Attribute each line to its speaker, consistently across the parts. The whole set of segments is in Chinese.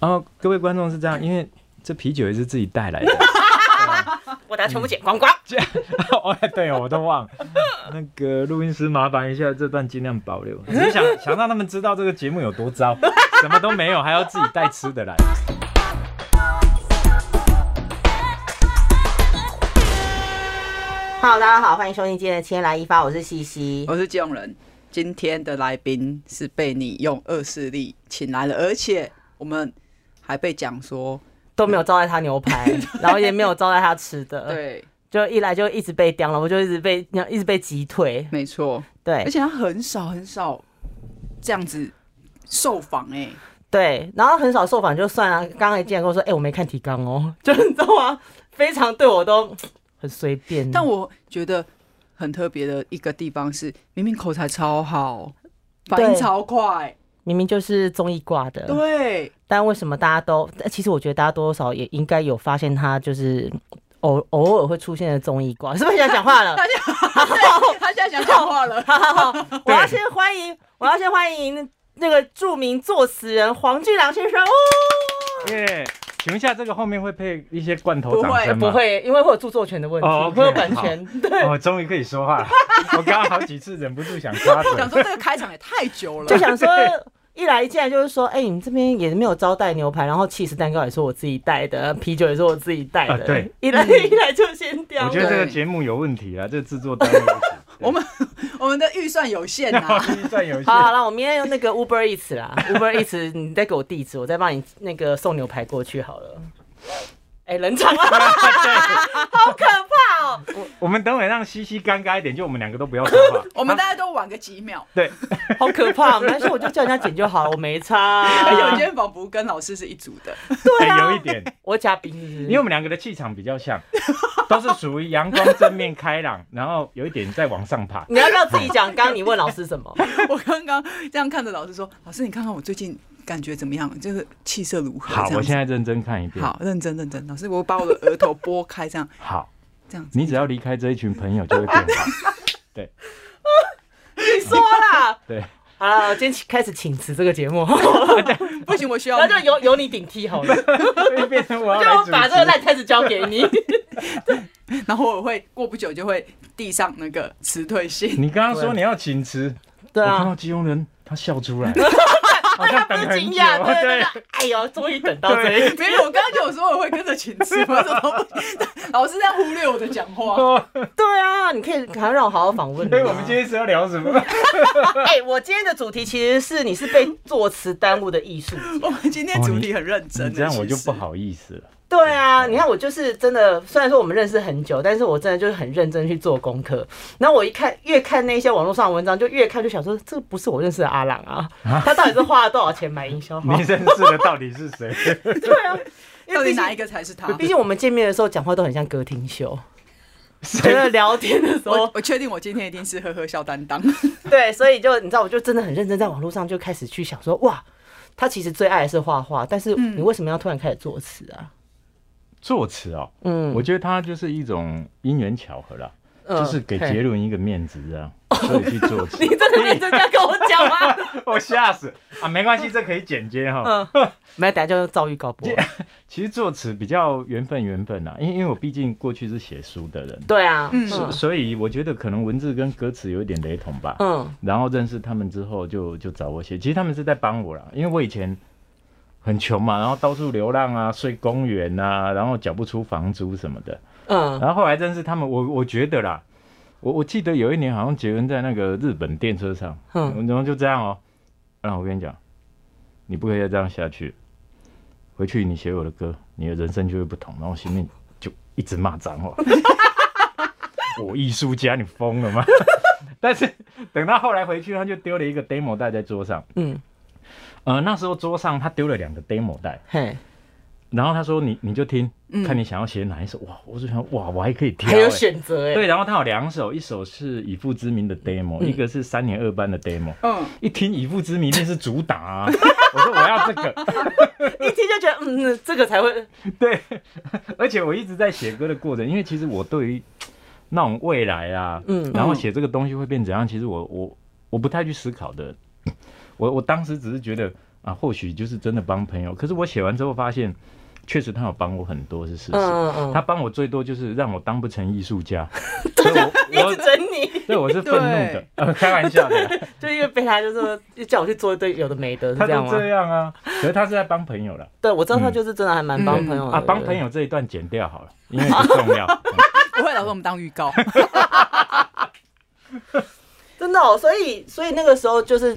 Speaker 1: 然后各位观众是这 样，因为这啤酒也是自己带来的。
Speaker 2: 我把它全部剪光光。
Speaker 1: 哦，对哦，我都忘了。那个录音师，麻烦一下，这段尽量保 留。只是想想让他们知道这个节目有多糟，什么都没有，还要自己带吃 的来。
Speaker 2: Hello，大家好，欢迎收听今天的《千来一发》，我是西西。
Speaker 3: 我是基隆人。今天的来宾是被你用恶势力请来了，而且我们还被讲说，
Speaker 2: 都没有招待他牛 排，然后也没有招待他吃的，，
Speaker 3: 对，
Speaker 2: 就一来就一直被刁了，我就一直被一直被击退，
Speaker 3: 没错，
Speaker 2: 对
Speaker 3: 而且他很少很少这样子受访哎、
Speaker 2: 对，然后很少受访就算了，刚刚也竟然跟我说，哎、我没看提纲哦， 就你知道吗？非常对我都很随便，
Speaker 3: 但我觉得很特别的一个地方是，明明口才超好，反应
Speaker 2: 对嗯
Speaker 3: 超快，
Speaker 2: 明明就是综艺挂的，
Speaker 3: 对，
Speaker 2: 但为什么大家都？但其实我觉得大家多多少少也应该有发现他就是偶偶尔会出现的综艺挂，是不是想讲话了？
Speaker 3: 他现在想讲话了，
Speaker 2: 好好好，我要先欢迎，我要先欢迎那个著名作词人黄俊良先生。哦，
Speaker 1: 耶、请问一下，这个后面会配一些罐头
Speaker 3: 不
Speaker 1: 掌
Speaker 3: 会
Speaker 1: 声吗？
Speaker 2: 不。会，因为会有著作权的问题，
Speaker 1: 哦，OK，
Speaker 2: 会有版权。对，
Speaker 1: 我终于可以说话 了。我刚刚好几次忍不住想插嘴
Speaker 2: 哦
Speaker 3: 想。说这个开场也太久
Speaker 2: 就
Speaker 3: 了，
Speaker 2: 想说。一来进来就是说，哎、你们这边也没有招待牛排，然后起司蛋糕也是我自己带的，啤酒也是我自己带的、
Speaker 1: 啊对，
Speaker 2: 一来一来就先掉
Speaker 1: 我
Speaker 2: 了。
Speaker 1: 觉得这个节目有问题啊，这个制作单位有问题。
Speaker 3: 我们我们的预算有限啊 呐、
Speaker 1: 那预算有限
Speaker 2: 好，好了，我明天用那个 Uber Eats 啦，Uber Eats，你再给我地址，我再帮你那个送牛排过去好了。哎、冷 场啊， 好可怕哦！
Speaker 1: 我们等会让西西尴尬一点，就我们两个都不要说话。
Speaker 3: 我们
Speaker 1: 啊
Speaker 3: 大家都晚个几秒。
Speaker 1: 对，
Speaker 2: 好可怕，没事，我就叫人家剪就好了，我没差、
Speaker 3: 而且我今天仿佛跟老师是一组的，
Speaker 2: 对啊，
Speaker 1: 哎有一点，
Speaker 2: 我嘉宾是不是
Speaker 1: 因为我们两个的气场比较像，都是属于阳光正面开朗，然后有一点在往上
Speaker 3: 嗯
Speaker 1: 爬。
Speaker 2: 你要不要自己讲？刚刚 你问老师什么？
Speaker 3: 我刚刚这样看着老师说：“老师，你看看我最近感觉怎么样？就是气色如何？”
Speaker 1: 好，
Speaker 3: 这样子
Speaker 1: 我现在认真看一遍。，
Speaker 3: 好认真认真。老师，我把我的额头拨开，这样
Speaker 1: 好，
Speaker 3: 这样子。
Speaker 1: 你只要离开这一群朋友就会变好。对
Speaker 2: 你说啦。
Speaker 1: 对，
Speaker 2: 好了，我今天开始请辞这个节目，
Speaker 3: 不行，我需要
Speaker 2: 那就由由你顶替 好了，
Speaker 1: 会变成我要来主
Speaker 2: 就
Speaker 1: 持。
Speaker 2: 把这个烂摊子交给你。
Speaker 3: 你，然后我会过不久就会递上那个辞 退信。
Speaker 1: 你刚刚说你要请辞，
Speaker 2: 啊对
Speaker 1: 我看到
Speaker 2: 啊，
Speaker 1: 基隆人他笑出 来，好像等
Speaker 2: 不
Speaker 1: 很
Speaker 2: 惊
Speaker 1: 久。
Speaker 2: 讶，对对
Speaker 1: 对，
Speaker 2: 对，哎呦，终于等到这一
Speaker 3: 没有，我刚刚就有说我会跟着请辞，我怎么 老师在忽略我的讲话？
Speaker 2: 对啊，你可以还让我好好 访问
Speaker 1: 哦
Speaker 2: 你
Speaker 1: 所以
Speaker 2: 啊。
Speaker 1: 我们今天是要聊什么？
Speaker 2: 哎、我今天的主题其实是你是被作词耽误的艺术家。
Speaker 3: 我们今天主题很认真，欸
Speaker 1: 这样我就
Speaker 3: 其实
Speaker 1: 不。好意思了。
Speaker 2: 对啊，你看我就是真的，虽然说我们认识很久，但是我真的就是很认真去做功课。然后我一看，越看那些网络上的文章，就越看就想说，这不是我认识的阿郎啊，他到底是花了多少钱买营销号
Speaker 1: 你？认识的到底是 谁？
Speaker 2: 对啊，因
Speaker 3: 到
Speaker 2: 为
Speaker 3: 底
Speaker 2: 毕
Speaker 3: 哪
Speaker 2: 竟
Speaker 3: 一个才是他？
Speaker 2: 毕竟我们见面的时候讲话都很像歌厅秀，觉得聊天的时
Speaker 3: 我
Speaker 2: 候，
Speaker 3: 我确定我今天一定是呵呵笑担 当。
Speaker 2: 对，所以就你知道，我就真的很认真在网络上就开始去想说，哇，他其实最爱的是画画，但是你为什么要突然开始作词啊？
Speaker 1: 作词哦，
Speaker 2: 嗯，
Speaker 1: 我觉得他就是一种因缘巧合啦。就是给杰
Speaker 2: 论。
Speaker 1: 伦一个面子这样，所以去做起。
Speaker 2: 你真的认真这样跟我讲吗？
Speaker 1: 我吓死啊！没关系，这可以剪接哈。
Speaker 2: 嗯，没，等下就遭遇告破。
Speaker 1: 其实作词比较缘分缘分啊，因为因为我毕竟过去是写书的人，
Speaker 2: 对啊，
Speaker 3: 嗯
Speaker 1: 所所以我觉得可能文字跟歌词有一点雷同吧。
Speaker 2: 嗯，
Speaker 1: 然后认识他们之后就，就找我写。其实他们是在帮我啦，因为我以前很穷嘛，然后到处流浪啊，睡公园啊，然后缴不出房租什么的。
Speaker 2: 嗯，
Speaker 1: 然后后来认识他们，我我觉得啦，我我记得有一年好像杰伦在那个日本电车上，
Speaker 2: 嗯
Speaker 1: 嗯，然后就这样哦。然后我跟你讲，你不可以再这样下去，回去你写我的歌，你的人生就会不同。然后我心里就一直骂脏话， 我艺术家，你疯了吗？ 但是等到后来回去，他就丢了一个 demo 带在桌上。
Speaker 2: 嗯，
Speaker 1: 呃，那时候桌上他丢了两个 demo 带，
Speaker 2: 嘿，
Speaker 1: 然后他说你你就听，
Speaker 3: 嗯
Speaker 1: 看你想要写哪一首。哇，我就想哇，我还可以挑、
Speaker 2: 还有
Speaker 1: 欸。
Speaker 2: 选择哎，
Speaker 1: 对，然后他有两首，一首是以父之名的 demo，、一个
Speaker 2: 嗯
Speaker 1: 是三年二班的 demo。
Speaker 3: 嗯，
Speaker 1: 一听以父之名，一定是主打、啊。 我说我要这个，
Speaker 2: 一听就觉得嗯，这个才会
Speaker 1: 对，而且我一直在写歌的过程，因为其实我对于那种未来啊，
Speaker 2: 嗯
Speaker 1: 然后写这个东西会变怎样，其实我我我不太去思考的。我我当时只是觉得啊，或许就是真的帮朋友。可是我写完之后发现，确实他有帮我很多是事实。
Speaker 2: 嗯嗯
Speaker 1: 他帮我最多就是让我当不成艺术 家，所以我
Speaker 2: 一
Speaker 1: 我
Speaker 2: 直整你，
Speaker 1: 对我是愤怒的
Speaker 3: 对，
Speaker 1: 呃，开玩笑的啦，
Speaker 2: 就因为被他就说就叫我去做一堆有的没的，是
Speaker 1: 他
Speaker 2: 这样
Speaker 1: 都
Speaker 2: 吗？
Speaker 1: 这样啊。可是他是在帮朋友了
Speaker 2: 对，我知道他就是真的还蛮帮朋友的
Speaker 1: 啊，帮朋。友这一段剪掉好了，因为不重 要。嗯
Speaker 3: 不会老师，我们当 预告。
Speaker 2: 真的、哦，所以所以那个时候就是，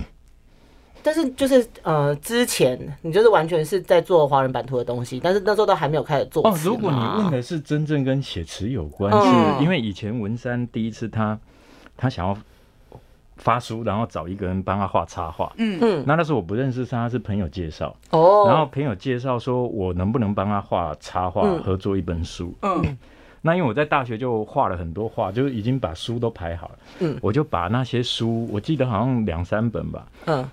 Speaker 2: 但是就是呃，之前你就是完全是在做华人版图的东西，但是那时候都还没有开始做
Speaker 1: 哦
Speaker 2: 词，
Speaker 1: 如果你
Speaker 2: 嘛
Speaker 1: 问的是真正跟写词有关，
Speaker 2: 啊嗯
Speaker 1: 是因为以前文山第一次他他想要发书，然后找一个人帮他画插画。
Speaker 3: 嗯，
Speaker 2: 嗯
Speaker 1: 那那时候我不认识他，是朋友介绍，
Speaker 2: 哦，
Speaker 1: 然后朋友介绍说我能不能帮他画插画，
Speaker 2: 嗯
Speaker 1: 合作一本书。
Speaker 3: 嗯，
Speaker 1: 那因为我在大学就画了很多画，就是已经把书都排好了，
Speaker 2: 嗯
Speaker 1: 我就把那些书，我记得好像两三本吧，
Speaker 2: 嗯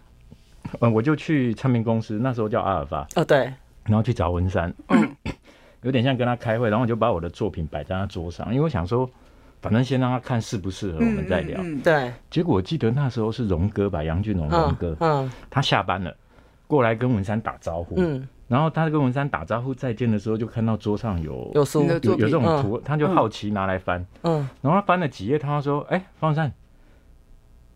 Speaker 1: 嗯，我就去唱片公司，那时候叫阿尔法，
Speaker 2: 哦对，
Speaker 1: 然后去找文山，
Speaker 3: 嗯
Speaker 1: 有点像跟他开会，然后我就把我的作品摆在他桌上，因为我想说，反正先让他看适不适合，我们再聊。
Speaker 3: 嗯嗯嗯
Speaker 2: 对，
Speaker 1: 结果我记得那时候是荣哥吧，杨俊荣荣
Speaker 2: 嗯
Speaker 1: 哥，
Speaker 2: 嗯
Speaker 1: 他下班了，过来跟文山打招呼，
Speaker 2: 嗯，
Speaker 1: 然后他跟文山打招呼再见的时候，就看到桌上有
Speaker 2: 有书
Speaker 3: 你，的
Speaker 1: 有
Speaker 3: 作
Speaker 1: 有
Speaker 3: 品嗯
Speaker 1: 这种图，他就好奇拿来翻，
Speaker 2: 嗯
Speaker 1: 然后他翻了几页，他说：“哎、方文山，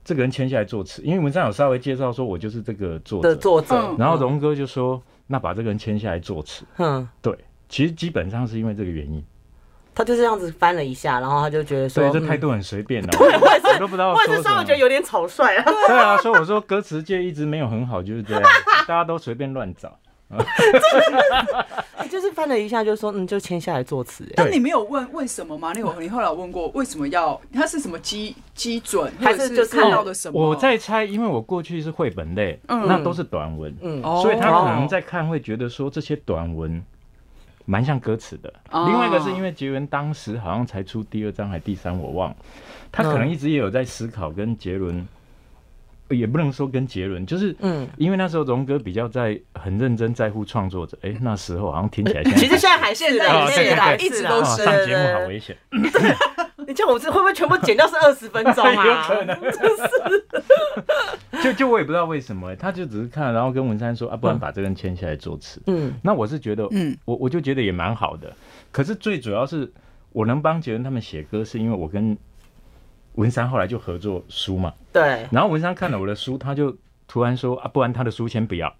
Speaker 1: 这个人签下来作词，因为文山有稍微介绍说我就是这个作
Speaker 2: 的
Speaker 1: 者。”
Speaker 2: 作者
Speaker 3: 嗯，
Speaker 1: 然后荣哥就说：“那把这个人签下来作词。”
Speaker 2: 嗯，
Speaker 1: 对，其实基本上是因为这个原因。
Speaker 2: 他就这样子翻了一下，然后他就觉得
Speaker 1: 所
Speaker 2: 说，
Speaker 1: 以这
Speaker 2: 嗯
Speaker 1: 态度很随 便的、我我都不知道
Speaker 2: 或者
Speaker 1: 说
Speaker 2: 是
Speaker 1: 什
Speaker 2: 稍微
Speaker 1: 么
Speaker 2: 觉得。有点草率 啊，
Speaker 1: 对啊，所以我说歌词界一直没有很好，就是 这样，大家都随便乱找。
Speaker 2: 就是翻了一下就说，嗯，就签下来作词，哎
Speaker 3: 那你没有问为什么吗？你有 你后来有问过为什么要？它是什么基基准，
Speaker 2: 还
Speaker 3: 或
Speaker 2: 是
Speaker 3: 者
Speaker 2: 就是
Speaker 3: 看到的什么？
Speaker 1: 我在猜，因为我过去是绘本类，
Speaker 3: 嗯
Speaker 1: 那都是短文，
Speaker 2: 嗯
Speaker 3: 哦，
Speaker 1: 所以他可能在看会觉得说这些短文蛮像歌词的。
Speaker 3: 哦
Speaker 1: 另外一个是因为杰伦当时好像才出第二张还第三，我忘了，他可能一直也有在思考跟杰伦，也不能说跟杰伦，就是
Speaker 2: 嗯。
Speaker 1: 因为那时候荣哥比较在很认真在乎创作者，哎、那时候好像听起来现在
Speaker 2: 其实现在还是
Speaker 3: 现
Speaker 2: 啦
Speaker 1: 在也是啦
Speaker 2: 还
Speaker 3: 一直
Speaker 2: 啦
Speaker 3: 都
Speaker 1: 哦
Speaker 3: 是
Speaker 1: 上节目好危险，
Speaker 2: 你叫我这会不会全部剪掉是二十分钟啊？
Speaker 1: 有可能，就就我也不知道为什么、诶他就只是看，然后跟文山说啊，不然把这个人签下来作词。
Speaker 2: 嗯
Speaker 1: 那我是觉得，
Speaker 3: 嗯
Speaker 1: 我我就觉得也蛮好的。可是最主要是我能帮杰伦他们写歌，是因为我跟文山后来就合作书嘛，，
Speaker 2: 对，
Speaker 1: 然后文山看了我的书，他就突然说啊，不然他的书先不要，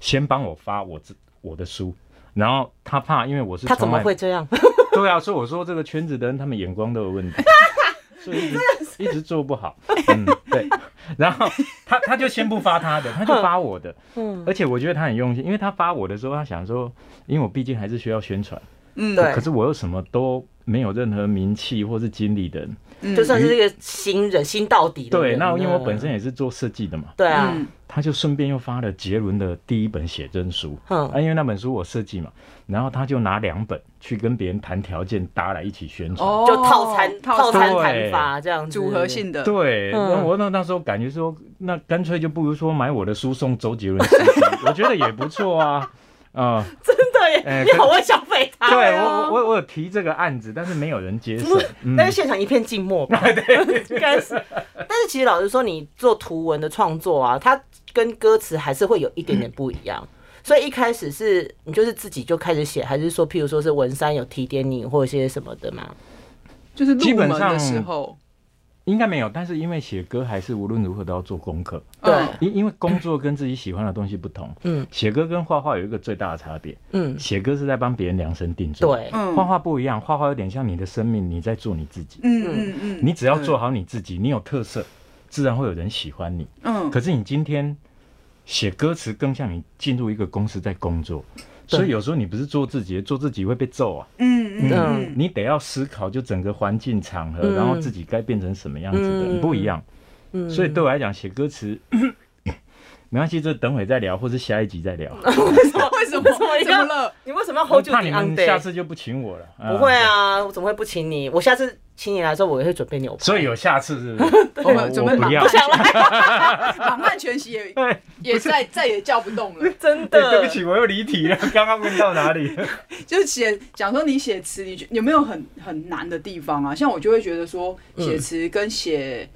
Speaker 1: 先帮我发我自我的书。然后他怕，因为我是
Speaker 2: 他怎
Speaker 1: 从
Speaker 2: 么
Speaker 1: 来
Speaker 2: 会这样？
Speaker 1: 对啊，所以我说这个圈子的人，他们眼光都有问题，所以一直一直做不好。嗯，对。然后他他就先不发他的，他就发我的。
Speaker 2: 嗯，
Speaker 1: 而且我觉得他很用心，因为他发我的时候，他想说，因为我毕竟还是需要宣传，
Speaker 3: 嗯
Speaker 2: 对
Speaker 1: 可是我又什么都没有任何名气或是经理人。
Speaker 3: 嗯
Speaker 2: 就算是这个新人新到底的
Speaker 1: 对，
Speaker 2: 人呢嗯
Speaker 1: 那因为我本身也是做设计的嘛，
Speaker 2: 对啊，
Speaker 3: 嗯
Speaker 1: 他就顺便又发了杰伦的第一本写真书。
Speaker 2: 哼
Speaker 1: 啊，因为那本书我设计嘛，然后他就拿两本去跟别人谈条件，搭来一起宣传。
Speaker 3: 哦，
Speaker 2: 就套餐套餐
Speaker 1: 对
Speaker 2: 谈法这样子
Speaker 3: 组合，性的，
Speaker 1: 对，
Speaker 2: 嗯
Speaker 1: 那我那那时候感觉说，那干脆就不如说买我的书送周杰伦 CD，我觉得也不错啊。啊、
Speaker 2: 真的耶，
Speaker 1: 哎
Speaker 2: 你好会消费他，
Speaker 1: 对我我我我有提这个案子，但是没有人 接受
Speaker 2: 哎不。是
Speaker 1: 嗯
Speaker 2: 但是现场一片静默 吧， 应该是。但是其实老实说，你做图文的创作啊，它跟歌词还是会有一点点不一样。所以一开始是你就是自己就开始写，还是说譬如说是文山有提点你或者些什么的吗？
Speaker 3: 就是入
Speaker 1: 基本
Speaker 3: 门的
Speaker 1: 上
Speaker 3: 时候，
Speaker 1: 应该没有，但是因为写歌还是无论如何都要做功课，
Speaker 2: 对
Speaker 3: 嗯
Speaker 1: 因因为工作跟自己喜欢的东西不同。
Speaker 2: 嗯
Speaker 1: 写歌跟画画有一个最大的差别，
Speaker 2: 嗯，
Speaker 1: 写歌是在帮别人量身定做，，
Speaker 2: 对，
Speaker 3: 嗯
Speaker 1: 画画不一样，画画有点像你的生命，你在做你自己，
Speaker 3: 嗯嗯嗯，
Speaker 1: 你只要做好你自己，你有特色，自然会有人喜欢你。
Speaker 3: 嗯，
Speaker 1: 可是你今天写歌词，更像你进入一个公司在工作，
Speaker 2: 对
Speaker 1: 所以有时候你不是做自己，做自己会被揍啊。
Speaker 3: 嗯嗯
Speaker 2: 嗯
Speaker 3: 嗯，
Speaker 1: 你得要思考，就整个环境场合，
Speaker 2: 嗯
Speaker 1: 然后自己该变成什么样子的，
Speaker 2: 嗯
Speaker 1: 不一样。
Speaker 2: 嗯
Speaker 1: 所以对我来讲，写歌词 没关系，这等会再聊，或是下一集再聊。嗯
Speaker 3: 为什么？
Speaker 2: 么一
Speaker 3: 怎
Speaker 2: 定要
Speaker 3: 么了？
Speaker 2: 你为什么要 hold 住
Speaker 1: 怕你
Speaker 2: 你 on
Speaker 1: 们下
Speaker 2: day？
Speaker 1: 次就不请我了。嗯
Speaker 2: 不
Speaker 1: 不
Speaker 2: 会。啊，我怎么会不请你？我下次请你来的时候，我也会准备牛排。
Speaker 1: 所以有下次是不是？
Speaker 3: 我们准备
Speaker 1: 我不
Speaker 3: 忙
Speaker 1: 要
Speaker 3: 不。想来，满汉全席也
Speaker 1: 对，
Speaker 3: 也再再也叫不动了。
Speaker 2: 真的，
Speaker 1: 哎对不起，我又离题了。 刚刚问到哪里？
Speaker 3: 就是写，讲说你写词，你觉有没有很很难的地方啊？像我就会觉得说，
Speaker 1: 嗯
Speaker 3: 写词跟写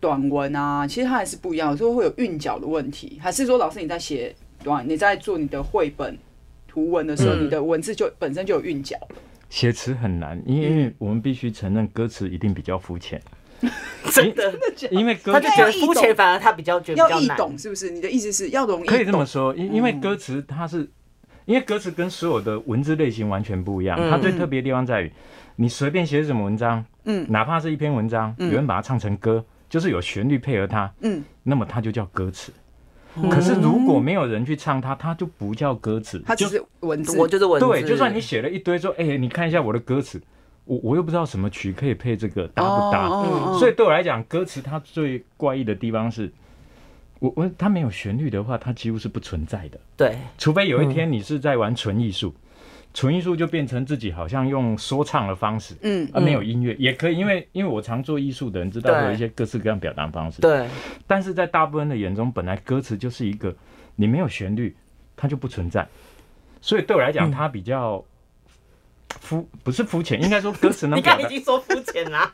Speaker 3: 短文啊，其实它还是不一样，有时候会有韵脚的问题，还是说老师你在写外，你在做你的绘本图文的时候，
Speaker 2: 嗯
Speaker 3: 你的文字就本身就有韵脚了。
Speaker 1: 写词很难，因
Speaker 2: 嗯
Speaker 1: 为我们必须承认歌词一定比较肤浅，
Speaker 2: 真的，
Speaker 1: 因为歌
Speaker 2: 他就
Speaker 1: 词
Speaker 2: 觉得肤浅，反而他比较觉得比
Speaker 3: 要
Speaker 2: 较
Speaker 3: 易
Speaker 2: 难。
Speaker 3: 懂是不是？你的意思是要容易
Speaker 1: 可以这
Speaker 3: 懂
Speaker 1: 么说，因因为
Speaker 2: 嗯
Speaker 1: 歌词它是，因为歌词跟所有的文字类型完全不一样，
Speaker 2: 嗯
Speaker 1: 它最特别的地方在于，你随便写什么文章，
Speaker 3: 嗯
Speaker 1: 哪怕是一篇文章，有
Speaker 2: 嗯
Speaker 1: 人把它唱成歌，就是有旋律配合它，
Speaker 3: 嗯，
Speaker 1: 那么它就叫歌词。
Speaker 2: 哦
Speaker 1: 可是如果没有人去唱它，它就不叫歌词，
Speaker 3: 它只
Speaker 1: 就是
Speaker 3: 文字，
Speaker 2: 我就是文字，
Speaker 1: 对，就算你写了一堆说，哎、你看一下我的歌词，我我又不知道什么曲可以配这个，搭不
Speaker 3: 哦
Speaker 2: 哦
Speaker 1: 搭？
Speaker 2: 嗯
Speaker 1: 所以对我来讲，歌词它最怪异的地方是，我我它没有旋律的话，它几乎是不存在的，
Speaker 2: 对，
Speaker 1: 除非有一
Speaker 2: 嗯
Speaker 1: 天你是在玩纯艺术。纯艺术就变成自己好像用说唱的方式，
Speaker 3: 嗯
Speaker 1: 啊，没有音乐也可以，因为因为我常做艺术的人知道
Speaker 2: 对
Speaker 1: 有一些各式各样表达方式，
Speaker 2: 对，
Speaker 1: 但是在大部分的眼中，本来歌词就是一个你没有旋律，它就不存在。所以对我来
Speaker 2: 嗯
Speaker 1: 讲，它比较肤、不是肤浅，应该说歌词能
Speaker 2: 你
Speaker 1: 表
Speaker 2: 刚已
Speaker 1: 达，
Speaker 2: 经说肤浅啦，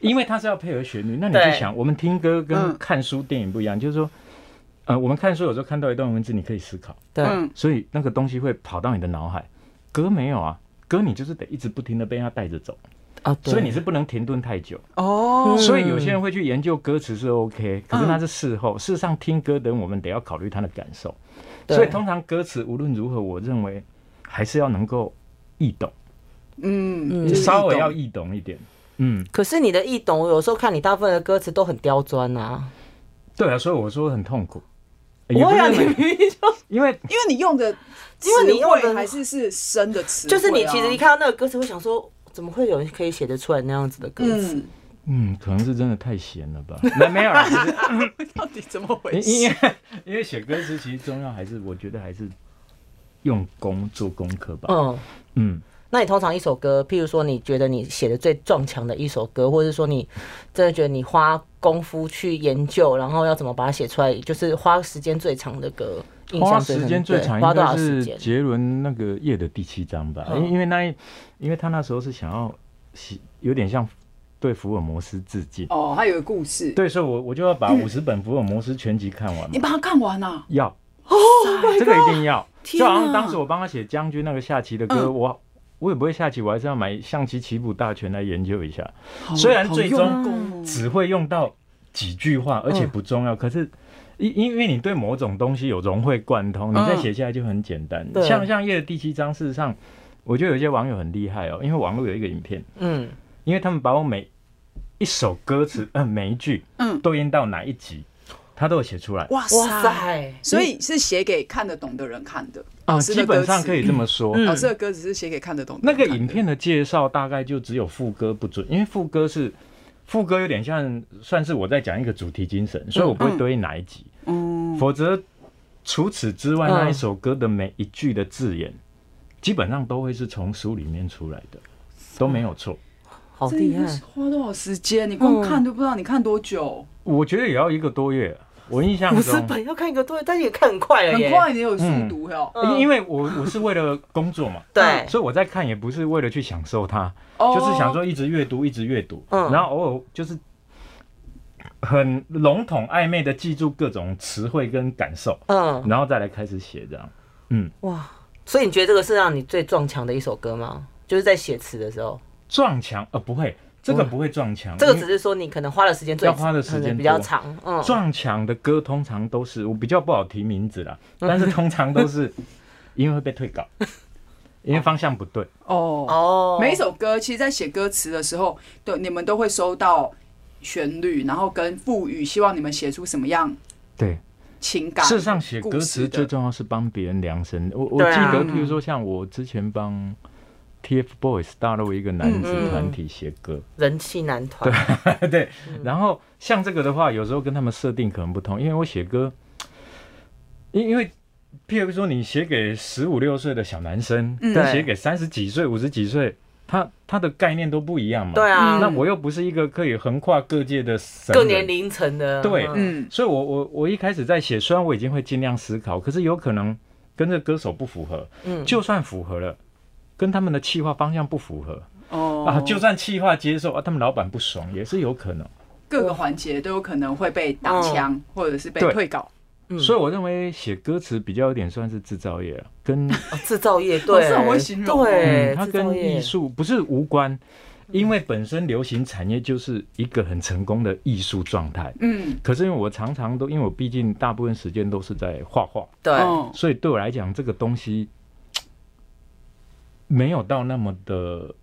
Speaker 1: 因为它是要配合旋律。那你
Speaker 2: 对嗯
Speaker 1: 就想，我们听歌跟
Speaker 3: 嗯
Speaker 1: 看书、电影不一样，就是说，呃，我们看书有时候看到一段文字，你可以思考，
Speaker 2: 对
Speaker 3: 嗯
Speaker 1: 所以那个东西会跑到你的脑海。歌没有啊，歌你就是得一直不停的被它带着走，
Speaker 2: 啊，
Speaker 1: 所以你是不能停顿太久。
Speaker 2: 嗯
Speaker 3: 哦，
Speaker 1: 所以有些人会去研究歌词是 OK，可是那是事后。事实上，听歌的人我们得要考虑他的感受。
Speaker 2: 对
Speaker 1: 所以通常歌词无论如何，我认为还是要能够易懂，
Speaker 3: 嗯，
Speaker 2: 嗯
Speaker 3: 就是
Speaker 1: 稍微
Speaker 3: 懂
Speaker 1: 要易懂一点。嗯，
Speaker 2: 可是你的易懂，有时候看你大部分的歌词都很刁钻啊。
Speaker 1: 对啊，所以我说很痛苦。
Speaker 2: 我
Speaker 1: 也不
Speaker 2: 想你
Speaker 1: 是
Speaker 2: 明明就
Speaker 1: 因为
Speaker 3: 因为你用的，
Speaker 2: 因为你用的
Speaker 3: 还是是深的词汇
Speaker 2: 就
Speaker 3: 啊，
Speaker 2: 是你其实一看到那个歌词，会想说，怎么会有人可以写得出来那样子的歌词？
Speaker 3: 嗯，
Speaker 1: 嗯，可能是真的太闲了吧？那 没有啦，其实
Speaker 3: 到底怎么回
Speaker 1: 因因
Speaker 3: 事？
Speaker 1: 为因为写歌词其实重要还是我觉得还是用功做功课吧。
Speaker 2: 嗯，
Speaker 1: 嗯，
Speaker 2: 那你通常一首歌，譬如说你觉得你写的最撞墙的一首歌，或者是说你真的觉得你花功夫去研究，然后要怎么把它写出来，就是花时间最长的歌，印
Speaker 1: 花
Speaker 2: 象深
Speaker 1: 时间最
Speaker 2: 对
Speaker 1: 长
Speaker 2: 花
Speaker 1: 应
Speaker 2: 多少
Speaker 1: 该
Speaker 2: 时
Speaker 1: 是
Speaker 2: 间？
Speaker 1: 杰伦那个夜的第七章吧，
Speaker 2: 嗯
Speaker 1: 因因为那一，因为他那时候是想要喜，有点像对福尔摩斯致敬，
Speaker 3: 哦，它有个故事，
Speaker 1: 对，所以我我就要把五十本福尔摩斯全集看完
Speaker 3: 嗯你
Speaker 1: 嘛，
Speaker 3: 把它看完啊了，
Speaker 1: 要哦，这个一定要，
Speaker 3: 天
Speaker 1: 就
Speaker 3: 啊
Speaker 1: 好像当时我帮他写将军那个下棋的歌，
Speaker 3: 嗯
Speaker 1: 我我也不会下棋，我还是要买象棋棋谱大全来研究一下，虽然
Speaker 3: 哦好
Speaker 1: 最终
Speaker 3: 用嗯功哦
Speaker 1: 只会用到几句话，而且不重要。可是因因为你对某种东西有融会贯通，
Speaker 3: 嗯
Speaker 1: 你再写下来就很简单。
Speaker 2: 对
Speaker 1: 像像夜的第七章，事实上，我觉得有些网友很厉害哦，因为网络有一个影片，
Speaker 2: 嗯，
Speaker 1: 因为他们把我每一首歌词，嗯、每一句
Speaker 3: 嗯，
Speaker 1: 对应到哪一集，他都有写出来。
Speaker 3: 哇
Speaker 2: 哇
Speaker 3: 塞，
Speaker 2: 塞，
Speaker 3: 所以是写给看得懂的人看的，
Speaker 1: 啊，
Speaker 3: 老师
Speaker 1: 基
Speaker 3: 的歌
Speaker 1: 本上
Speaker 3: 词
Speaker 1: 可以这么说。
Speaker 2: 嗯
Speaker 3: 老师的歌只是写给看得懂的
Speaker 1: 那
Speaker 3: 人看
Speaker 1: 个
Speaker 3: 的。
Speaker 1: 影片的介绍大概就只有副歌不准，因为副歌是副歌有点像算是我在讲一个主题精神，所以我不会对应哪一集。
Speaker 3: 嗯，
Speaker 1: 否则除此之外，
Speaker 2: 嗯
Speaker 1: 那一首歌的每一句的字眼，基本上都会是从书里面出来的，都没有错。
Speaker 2: 好
Speaker 3: 这
Speaker 2: 厉
Speaker 3: 你
Speaker 2: 害！
Speaker 1: 哦
Speaker 3: 花多少时间？你光
Speaker 1: 嗯
Speaker 3: 看都不知道你看多久，
Speaker 1: 我觉得也要一个多月，我印象
Speaker 2: 五十
Speaker 1: 中，
Speaker 2: 本要看一个多月，但是也看很快了
Speaker 3: 很
Speaker 2: 耶，
Speaker 3: 快你有速哦读哟。
Speaker 2: 嗯
Speaker 1: 因为我我是为了工作嘛，
Speaker 2: 对，
Speaker 1: 所以我在看也不是为了去享受它，
Speaker 3: 哦
Speaker 1: 就是想说一直阅读，一直阅读，
Speaker 2: 嗯
Speaker 1: 然后偶尔就是。很笼统暧昧的记住各种词汇跟感受，
Speaker 2: 嗯，
Speaker 1: 然后再来开始写这样。
Speaker 2: 哇，所以你觉得这个是让你最撞墙的一首歌吗？就是在写词的时候，
Speaker 1: 撞墙呃不会，这个不会撞墙，
Speaker 2: 这个
Speaker 1: 因为
Speaker 2: 只是说你可能花的时间最
Speaker 1: 要花的时间
Speaker 2: 可能比较
Speaker 1: 多
Speaker 2: 长，嗯，
Speaker 1: 撞墙的歌通常都是我比较不好提名字啦，
Speaker 2: 嗯
Speaker 1: 但是通常都 是因为会被退稿，因为方向不对。
Speaker 3: 哦，
Speaker 2: 哦，
Speaker 3: 每一首歌其实，在写歌词的时候，对你们都会收到旋律，然后跟赋予，希望你们写出什么样
Speaker 1: 对，
Speaker 3: 情感。
Speaker 1: 事实上写歌
Speaker 3: 故事
Speaker 1: 词
Speaker 3: 的
Speaker 1: 最重要是帮别人量身。我我
Speaker 2: 对
Speaker 1: 记
Speaker 2: 啊
Speaker 1: 得，譬如说像我之前帮 TFBOYS 大陆一个男子
Speaker 2: 嗯
Speaker 1: 团体写歌，
Speaker 2: 人气男团，
Speaker 1: 对，
Speaker 2: 嗯
Speaker 1: 然后像这个的话，有时候跟他们设定可能不同，因为我写歌，因因为。譬如说，你写给十五六岁的小男生，
Speaker 3: 嗯
Speaker 1: 跟
Speaker 2: 对
Speaker 1: 写给三十几岁、五十几岁，他他的概念都不一样嘛。
Speaker 2: 对啊，
Speaker 1: 那我又不是一个可以横跨各界的神
Speaker 2: 各
Speaker 1: 人
Speaker 2: 年龄层的，
Speaker 1: 对
Speaker 2: 嗯
Speaker 3: 嗯，
Speaker 1: 所以我我我一开始在写，虽然我已经会尽量思考，可是有可能跟这歌手不符合，
Speaker 2: 嗯
Speaker 1: 就算符合了，跟他们的企划方向不符合、
Speaker 3: 哦
Speaker 1: 啊，就算企划接受啊，他们老板不爽也是有可能。
Speaker 2: 嗯
Speaker 3: 各个环节都有可能会被打枪，或者是被
Speaker 1: 对
Speaker 3: 退稿。
Speaker 1: 所以我认为写歌词比较有点算是制造业、啊， 跟
Speaker 2: 哦制造业对，
Speaker 3: 是很会形容哦
Speaker 2: 对，
Speaker 1: 嗯，它
Speaker 2: 制造
Speaker 1: 跟
Speaker 2: 业
Speaker 1: 艺术不是无关，因为本身流行产业就是一个很成功的艺术状态。
Speaker 3: 嗯，
Speaker 1: 可是因为我常常都，因为我毕竟大部分时间都是在画画，
Speaker 2: 对，
Speaker 3: 哦
Speaker 1: 所以对我来讲，这个东西没有到那么的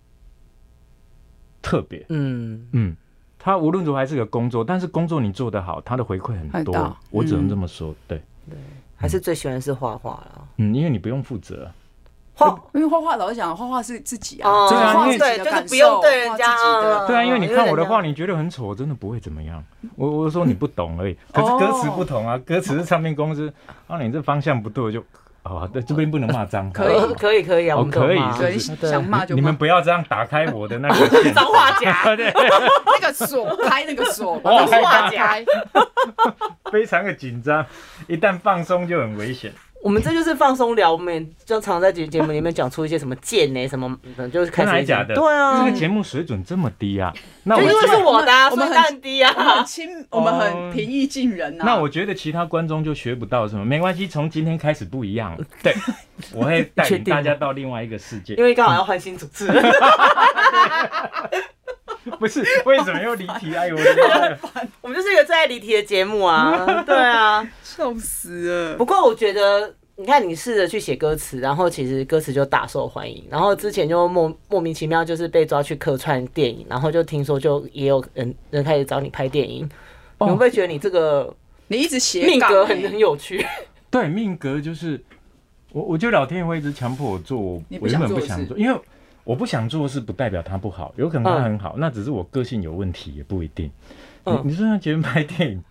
Speaker 1: 特别。
Speaker 2: 嗯，
Speaker 1: 嗯，它无论如何还是个工作，但是工作你做得好，它的回馈很
Speaker 3: 很
Speaker 1: 多。
Speaker 3: 大
Speaker 1: 我
Speaker 2: 嗯
Speaker 1: 只能这么说，对，
Speaker 2: 还是最喜欢的是画画了。
Speaker 1: 嗯，因为你不用负责，
Speaker 2: 画
Speaker 3: 因为画画老实讲，画画是自己啊，
Speaker 2: 哦
Speaker 1: 对啊
Speaker 3: 画
Speaker 1: 因
Speaker 3: 自
Speaker 1: 为
Speaker 3: 己
Speaker 2: 对就
Speaker 3: 的
Speaker 2: 是
Speaker 3: 感
Speaker 2: 不用
Speaker 3: 受
Speaker 2: 对人
Speaker 3: 画
Speaker 2: 家
Speaker 3: 自己的
Speaker 2: 嗯
Speaker 1: 对啊，因为你看我的
Speaker 2: 因为
Speaker 1: 画，
Speaker 2: 人
Speaker 1: 你觉得很丑，我真的不会怎么样。我我说你不懂而已，可是歌词不同啊，歌词是唱片公司，啊，你这方向不对就，啊，对，这边不能骂脏话，
Speaker 3: 可以
Speaker 2: 可以可以啊，
Speaker 1: 哦
Speaker 2: 我们懂
Speaker 1: 可以
Speaker 2: 嘛
Speaker 1: 是
Speaker 3: 对，
Speaker 1: 不
Speaker 3: 你
Speaker 1: 是
Speaker 3: 想骂就
Speaker 1: 你
Speaker 3: 骂
Speaker 1: 们，不要这样打开我的那个线索
Speaker 2: 脏话夹，
Speaker 1: 对，
Speaker 3: 那个锁开那个锁，
Speaker 1: 哦
Speaker 3: 把那个
Speaker 2: 画夹
Speaker 3: 锁开，
Speaker 1: 非常的紧张，一旦放松就很危险。
Speaker 2: 我们这就是放松聊，我们也就常常在节节目里面讲出一些什么贱呢、什么，嗯就是开
Speaker 1: 真
Speaker 2: 始
Speaker 1: 的
Speaker 2: 一直
Speaker 1: 假的？
Speaker 2: 对啊，
Speaker 1: 这个节目水准这么低啊？那
Speaker 2: 就
Speaker 1: 我
Speaker 2: 因
Speaker 1: 觉
Speaker 2: 为是
Speaker 1: 得，
Speaker 2: 我的、啊，所
Speaker 3: 我们
Speaker 2: 以当然低
Speaker 3: 我们很
Speaker 2: 啊。
Speaker 3: 亲，我们
Speaker 1: 哦
Speaker 3: 很平易近人啊呐。
Speaker 1: 那我觉得其他观众就学不到什么，没关系，从今天开始不一样了。对，我会带
Speaker 2: 确
Speaker 1: 领
Speaker 2: 定吗
Speaker 1: 大家到另外一个世界
Speaker 2: 因。为刚好要换新主持人，
Speaker 1: 不是为什么又离题？哎呦，我的妈呀！
Speaker 2: 我们就是一个最爱离题的节目啊。对啊，
Speaker 3: 笑死了，
Speaker 2: 不过我觉得，你看你试着去写歌词，然后其实歌词就大受欢迎，然后之前就莫莫名其妙就是被抓去客串电影，然后就听说就也有人人开始找你拍电影，你会不会觉得你这个
Speaker 3: 你一直斜
Speaker 2: 命
Speaker 3: 杠
Speaker 2: 格
Speaker 3: 欸
Speaker 2: 很很有趣？
Speaker 1: 对，命格就是我，我觉得老天爷会一直强迫我做我
Speaker 3: 你不
Speaker 1: 我原
Speaker 3: 想
Speaker 1: 本
Speaker 3: 做
Speaker 1: 不
Speaker 3: 的
Speaker 1: 想
Speaker 3: 事嗯
Speaker 1: 做，因为我不想做的事不代表它不好，有可能它很好，那只是我个性有问题，也不一定。
Speaker 2: 嗯
Speaker 1: 你你说像杰伦拍电影，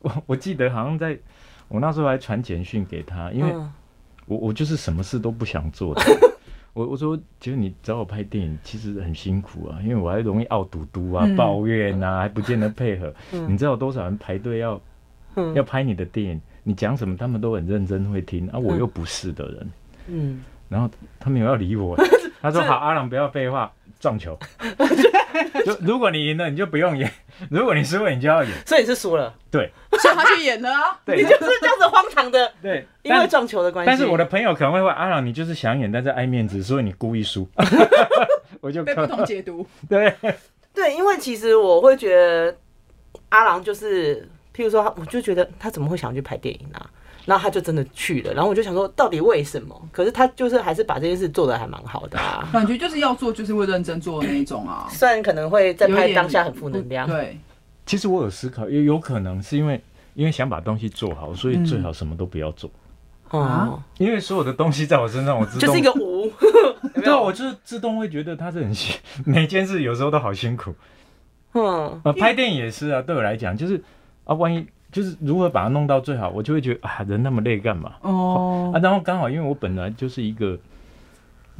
Speaker 1: 我我记得好像在我那时候还传简讯给他，因为
Speaker 2: 嗯
Speaker 1: 我我就是什么事都不想做 的。我我说，其实你找我拍电影其实很辛苦啊，因为我还容易傲嘟嘟啊、
Speaker 3: 嗯
Speaker 1: 抱怨啊，还不见得配合。你知道有多少人排队要、
Speaker 2: 嗯
Speaker 1: 要拍你的电影？你讲什么他们都很认真会听啊，我又不是的人，
Speaker 2: 嗯，
Speaker 1: 然后他们有要理 我，他说好，阿郎不要废话，撞球。就如果你赢了，你就不用演；如果你输了，你就要演。
Speaker 2: 所以你是输了，
Speaker 1: 对。
Speaker 3: 所以他去演了啊
Speaker 1: 对
Speaker 2: 你就是这样子荒唐的，
Speaker 1: 对，
Speaker 2: 因为撞球的关系。
Speaker 1: 但是我的朋友可能会问阿朗，你就是想演，但是爱面子，所以你故意 输。我就
Speaker 3: 被不同 解读，，
Speaker 1: 对，
Speaker 2: 对，因为其实我会觉得阿郎就是，譬如说他，我就觉得他怎么会想去拍电影啊？然后他就真的去了，然后我就想说，到底为什么？可是他就是还是把这件事做的还蛮好的啊
Speaker 3: 感觉就是要做就是会认真做的那一种啊。
Speaker 2: 虽然可能会在
Speaker 3: 有
Speaker 2: 拍
Speaker 3: 点
Speaker 2: 当下很负能量，
Speaker 3: 对，
Speaker 1: 其实我有思考，也有可能是因为因为想把东西做好，所以最好什么都不要做，
Speaker 2: 哦
Speaker 3: 啊，
Speaker 1: 因为所有的东西在我身上，我自动
Speaker 2: 嗯就是一个无，有没
Speaker 1: 对啊，
Speaker 2: 有？
Speaker 1: 我就是自动会觉得它是很辛，每件事有时候都好辛苦。
Speaker 2: 嗯，
Speaker 1: 呃，拍电影也是啊，对我来讲就是啊，万一就是如何把它弄到最好，我就会觉得啊，人那么累干嘛？
Speaker 3: 哦
Speaker 1: 啊，，然后刚好因为我本来就是一个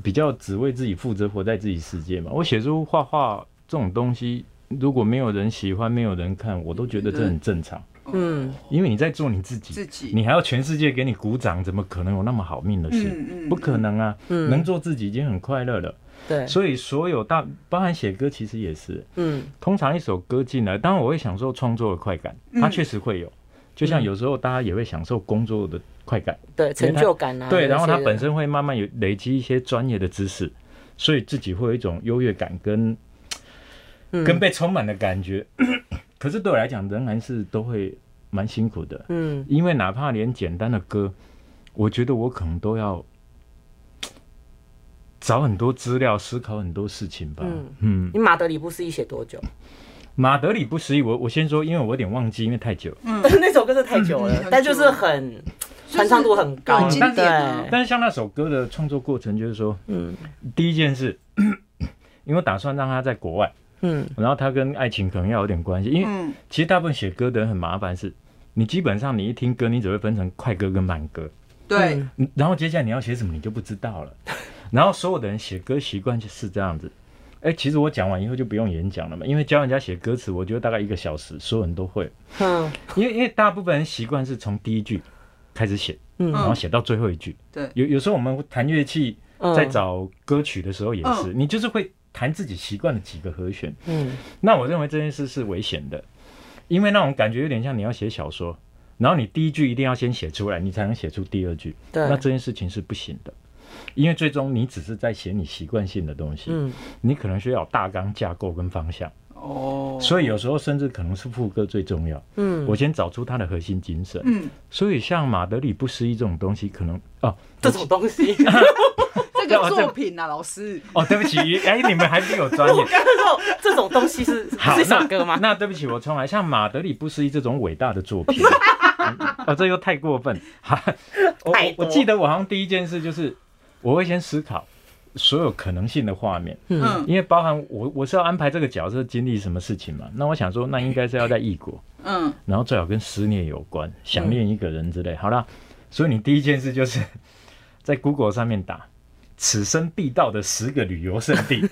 Speaker 1: 比较只为自己负责、活在自己世界嘛，我写出画画这种东西，如果没有人喜欢、没有人看，我都觉得这很正常，
Speaker 2: 嗯，
Speaker 1: 因为你在做你自己，
Speaker 3: 自己，
Speaker 1: 你还要全世界给你鼓掌，怎么可能有那么好命的事？
Speaker 3: 嗯
Speaker 1: 不可能啊！
Speaker 2: 嗯
Speaker 1: 能做自己已经很快乐了。
Speaker 2: 对，
Speaker 1: 所以所有大，包含写歌，其实也是，
Speaker 2: 嗯，
Speaker 1: 通常一首歌进来，当然我会享受创作的快感，它
Speaker 3: 嗯
Speaker 1: 确实会有。就像有时候大家也会享受工作的快感，
Speaker 2: 对，成就感啊，
Speaker 1: 对，然后他
Speaker 2: 有一些
Speaker 1: 本身会慢慢有累积一些专业的知识，所以自己会有一种优越感跟
Speaker 2: 嗯
Speaker 1: 跟被充满的感觉。 可是对我来讲，仍然是都会蛮辛苦的，
Speaker 2: 嗯
Speaker 1: 因为哪怕连简单的歌，我觉得我可能都要找很多资料，思考很多事情吧。
Speaker 2: 嗯
Speaker 1: 嗯，
Speaker 2: 你马德里不是一写多久？
Speaker 1: 马德里不失忆，我我先说，因为我有点忘记，因为太久了。
Speaker 2: 那首歌真的太久
Speaker 3: 嗯
Speaker 2: 了
Speaker 3: 嗯，
Speaker 2: 但就是很传唱度很高，
Speaker 3: 很经典啊
Speaker 2: 对。
Speaker 1: 但是像那首歌的创作过程，就是说，
Speaker 2: 嗯
Speaker 1: 第一件事， 因为我打算让他在国外，
Speaker 2: 嗯
Speaker 1: 然后他跟爱情可能要有点关系，因为
Speaker 3: 嗯，
Speaker 1: 其实大部分写歌的人很麻烦，是你基本上你一听歌，你只会分成快歌跟慢歌，
Speaker 3: 对，
Speaker 2: 嗯
Speaker 1: 嗯然后接下来你要写什么你就不知道了。然后所有的人写歌习惯就是这样子。哎，其实我讲完以后就不用演讲了嘛，因为教人家写歌词，我觉得大概一个小时，所有人都会。
Speaker 2: 嗯
Speaker 1: 因为因为大部分人习惯是从第一句开始写，
Speaker 2: 嗯
Speaker 1: 然后写到最后一句。
Speaker 3: 对
Speaker 1: 有有时候我们弹乐器
Speaker 2: 嗯
Speaker 1: 在找歌曲的时候也是，你就是会弹自己习惯的几个和弦。
Speaker 2: 嗯
Speaker 1: 那我认为这件事是危险的，因为那种感觉有点像你要写小说，然后你第一句一定要先写出来，你才能写出第二句。
Speaker 2: 对
Speaker 1: 那这件事情是不行的，因为最终你只是在写你习惯性的东西，
Speaker 2: 嗯，
Speaker 1: 你可能需要有大纲架构跟方向，
Speaker 3: 哦，
Speaker 1: 所以有时候甚至可能是副歌最重要。
Speaker 2: 嗯，
Speaker 1: 我先找出它的核心精神。
Speaker 3: 嗯，
Speaker 1: 所以像马德里不思议这种东西，可能哦
Speaker 2: 这种东西，
Speaker 3: 这个作品啊，老师，
Speaker 1: 哦，对不起，哎，你们还是有专业。
Speaker 2: 刚刚说这种东西是
Speaker 1: 好，
Speaker 2: 是一首歌吗？
Speaker 1: 那？那对不起，我重来。像马德里不思议这种伟大的作 品，啊、哦，这又太过分。哈我
Speaker 2: 太
Speaker 1: 我
Speaker 2: 多
Speaker 1: 我记得我好像第一件事就是，我会先思考所有可能性的画面，
Speaker 2: 嗯
Speaker 3: 嗯
Speaker 1: 因为包含我我是要安排这个角色经历什么事情嘛。那我想说，那应该是要在异国，
Speaker 3: 嗯，
Speaker 1: 然后最好跟思念有关，想念一个人之类。好啦，所以你第一件事就是在 Google 上面打“此生必到的十个旅游胜 地”，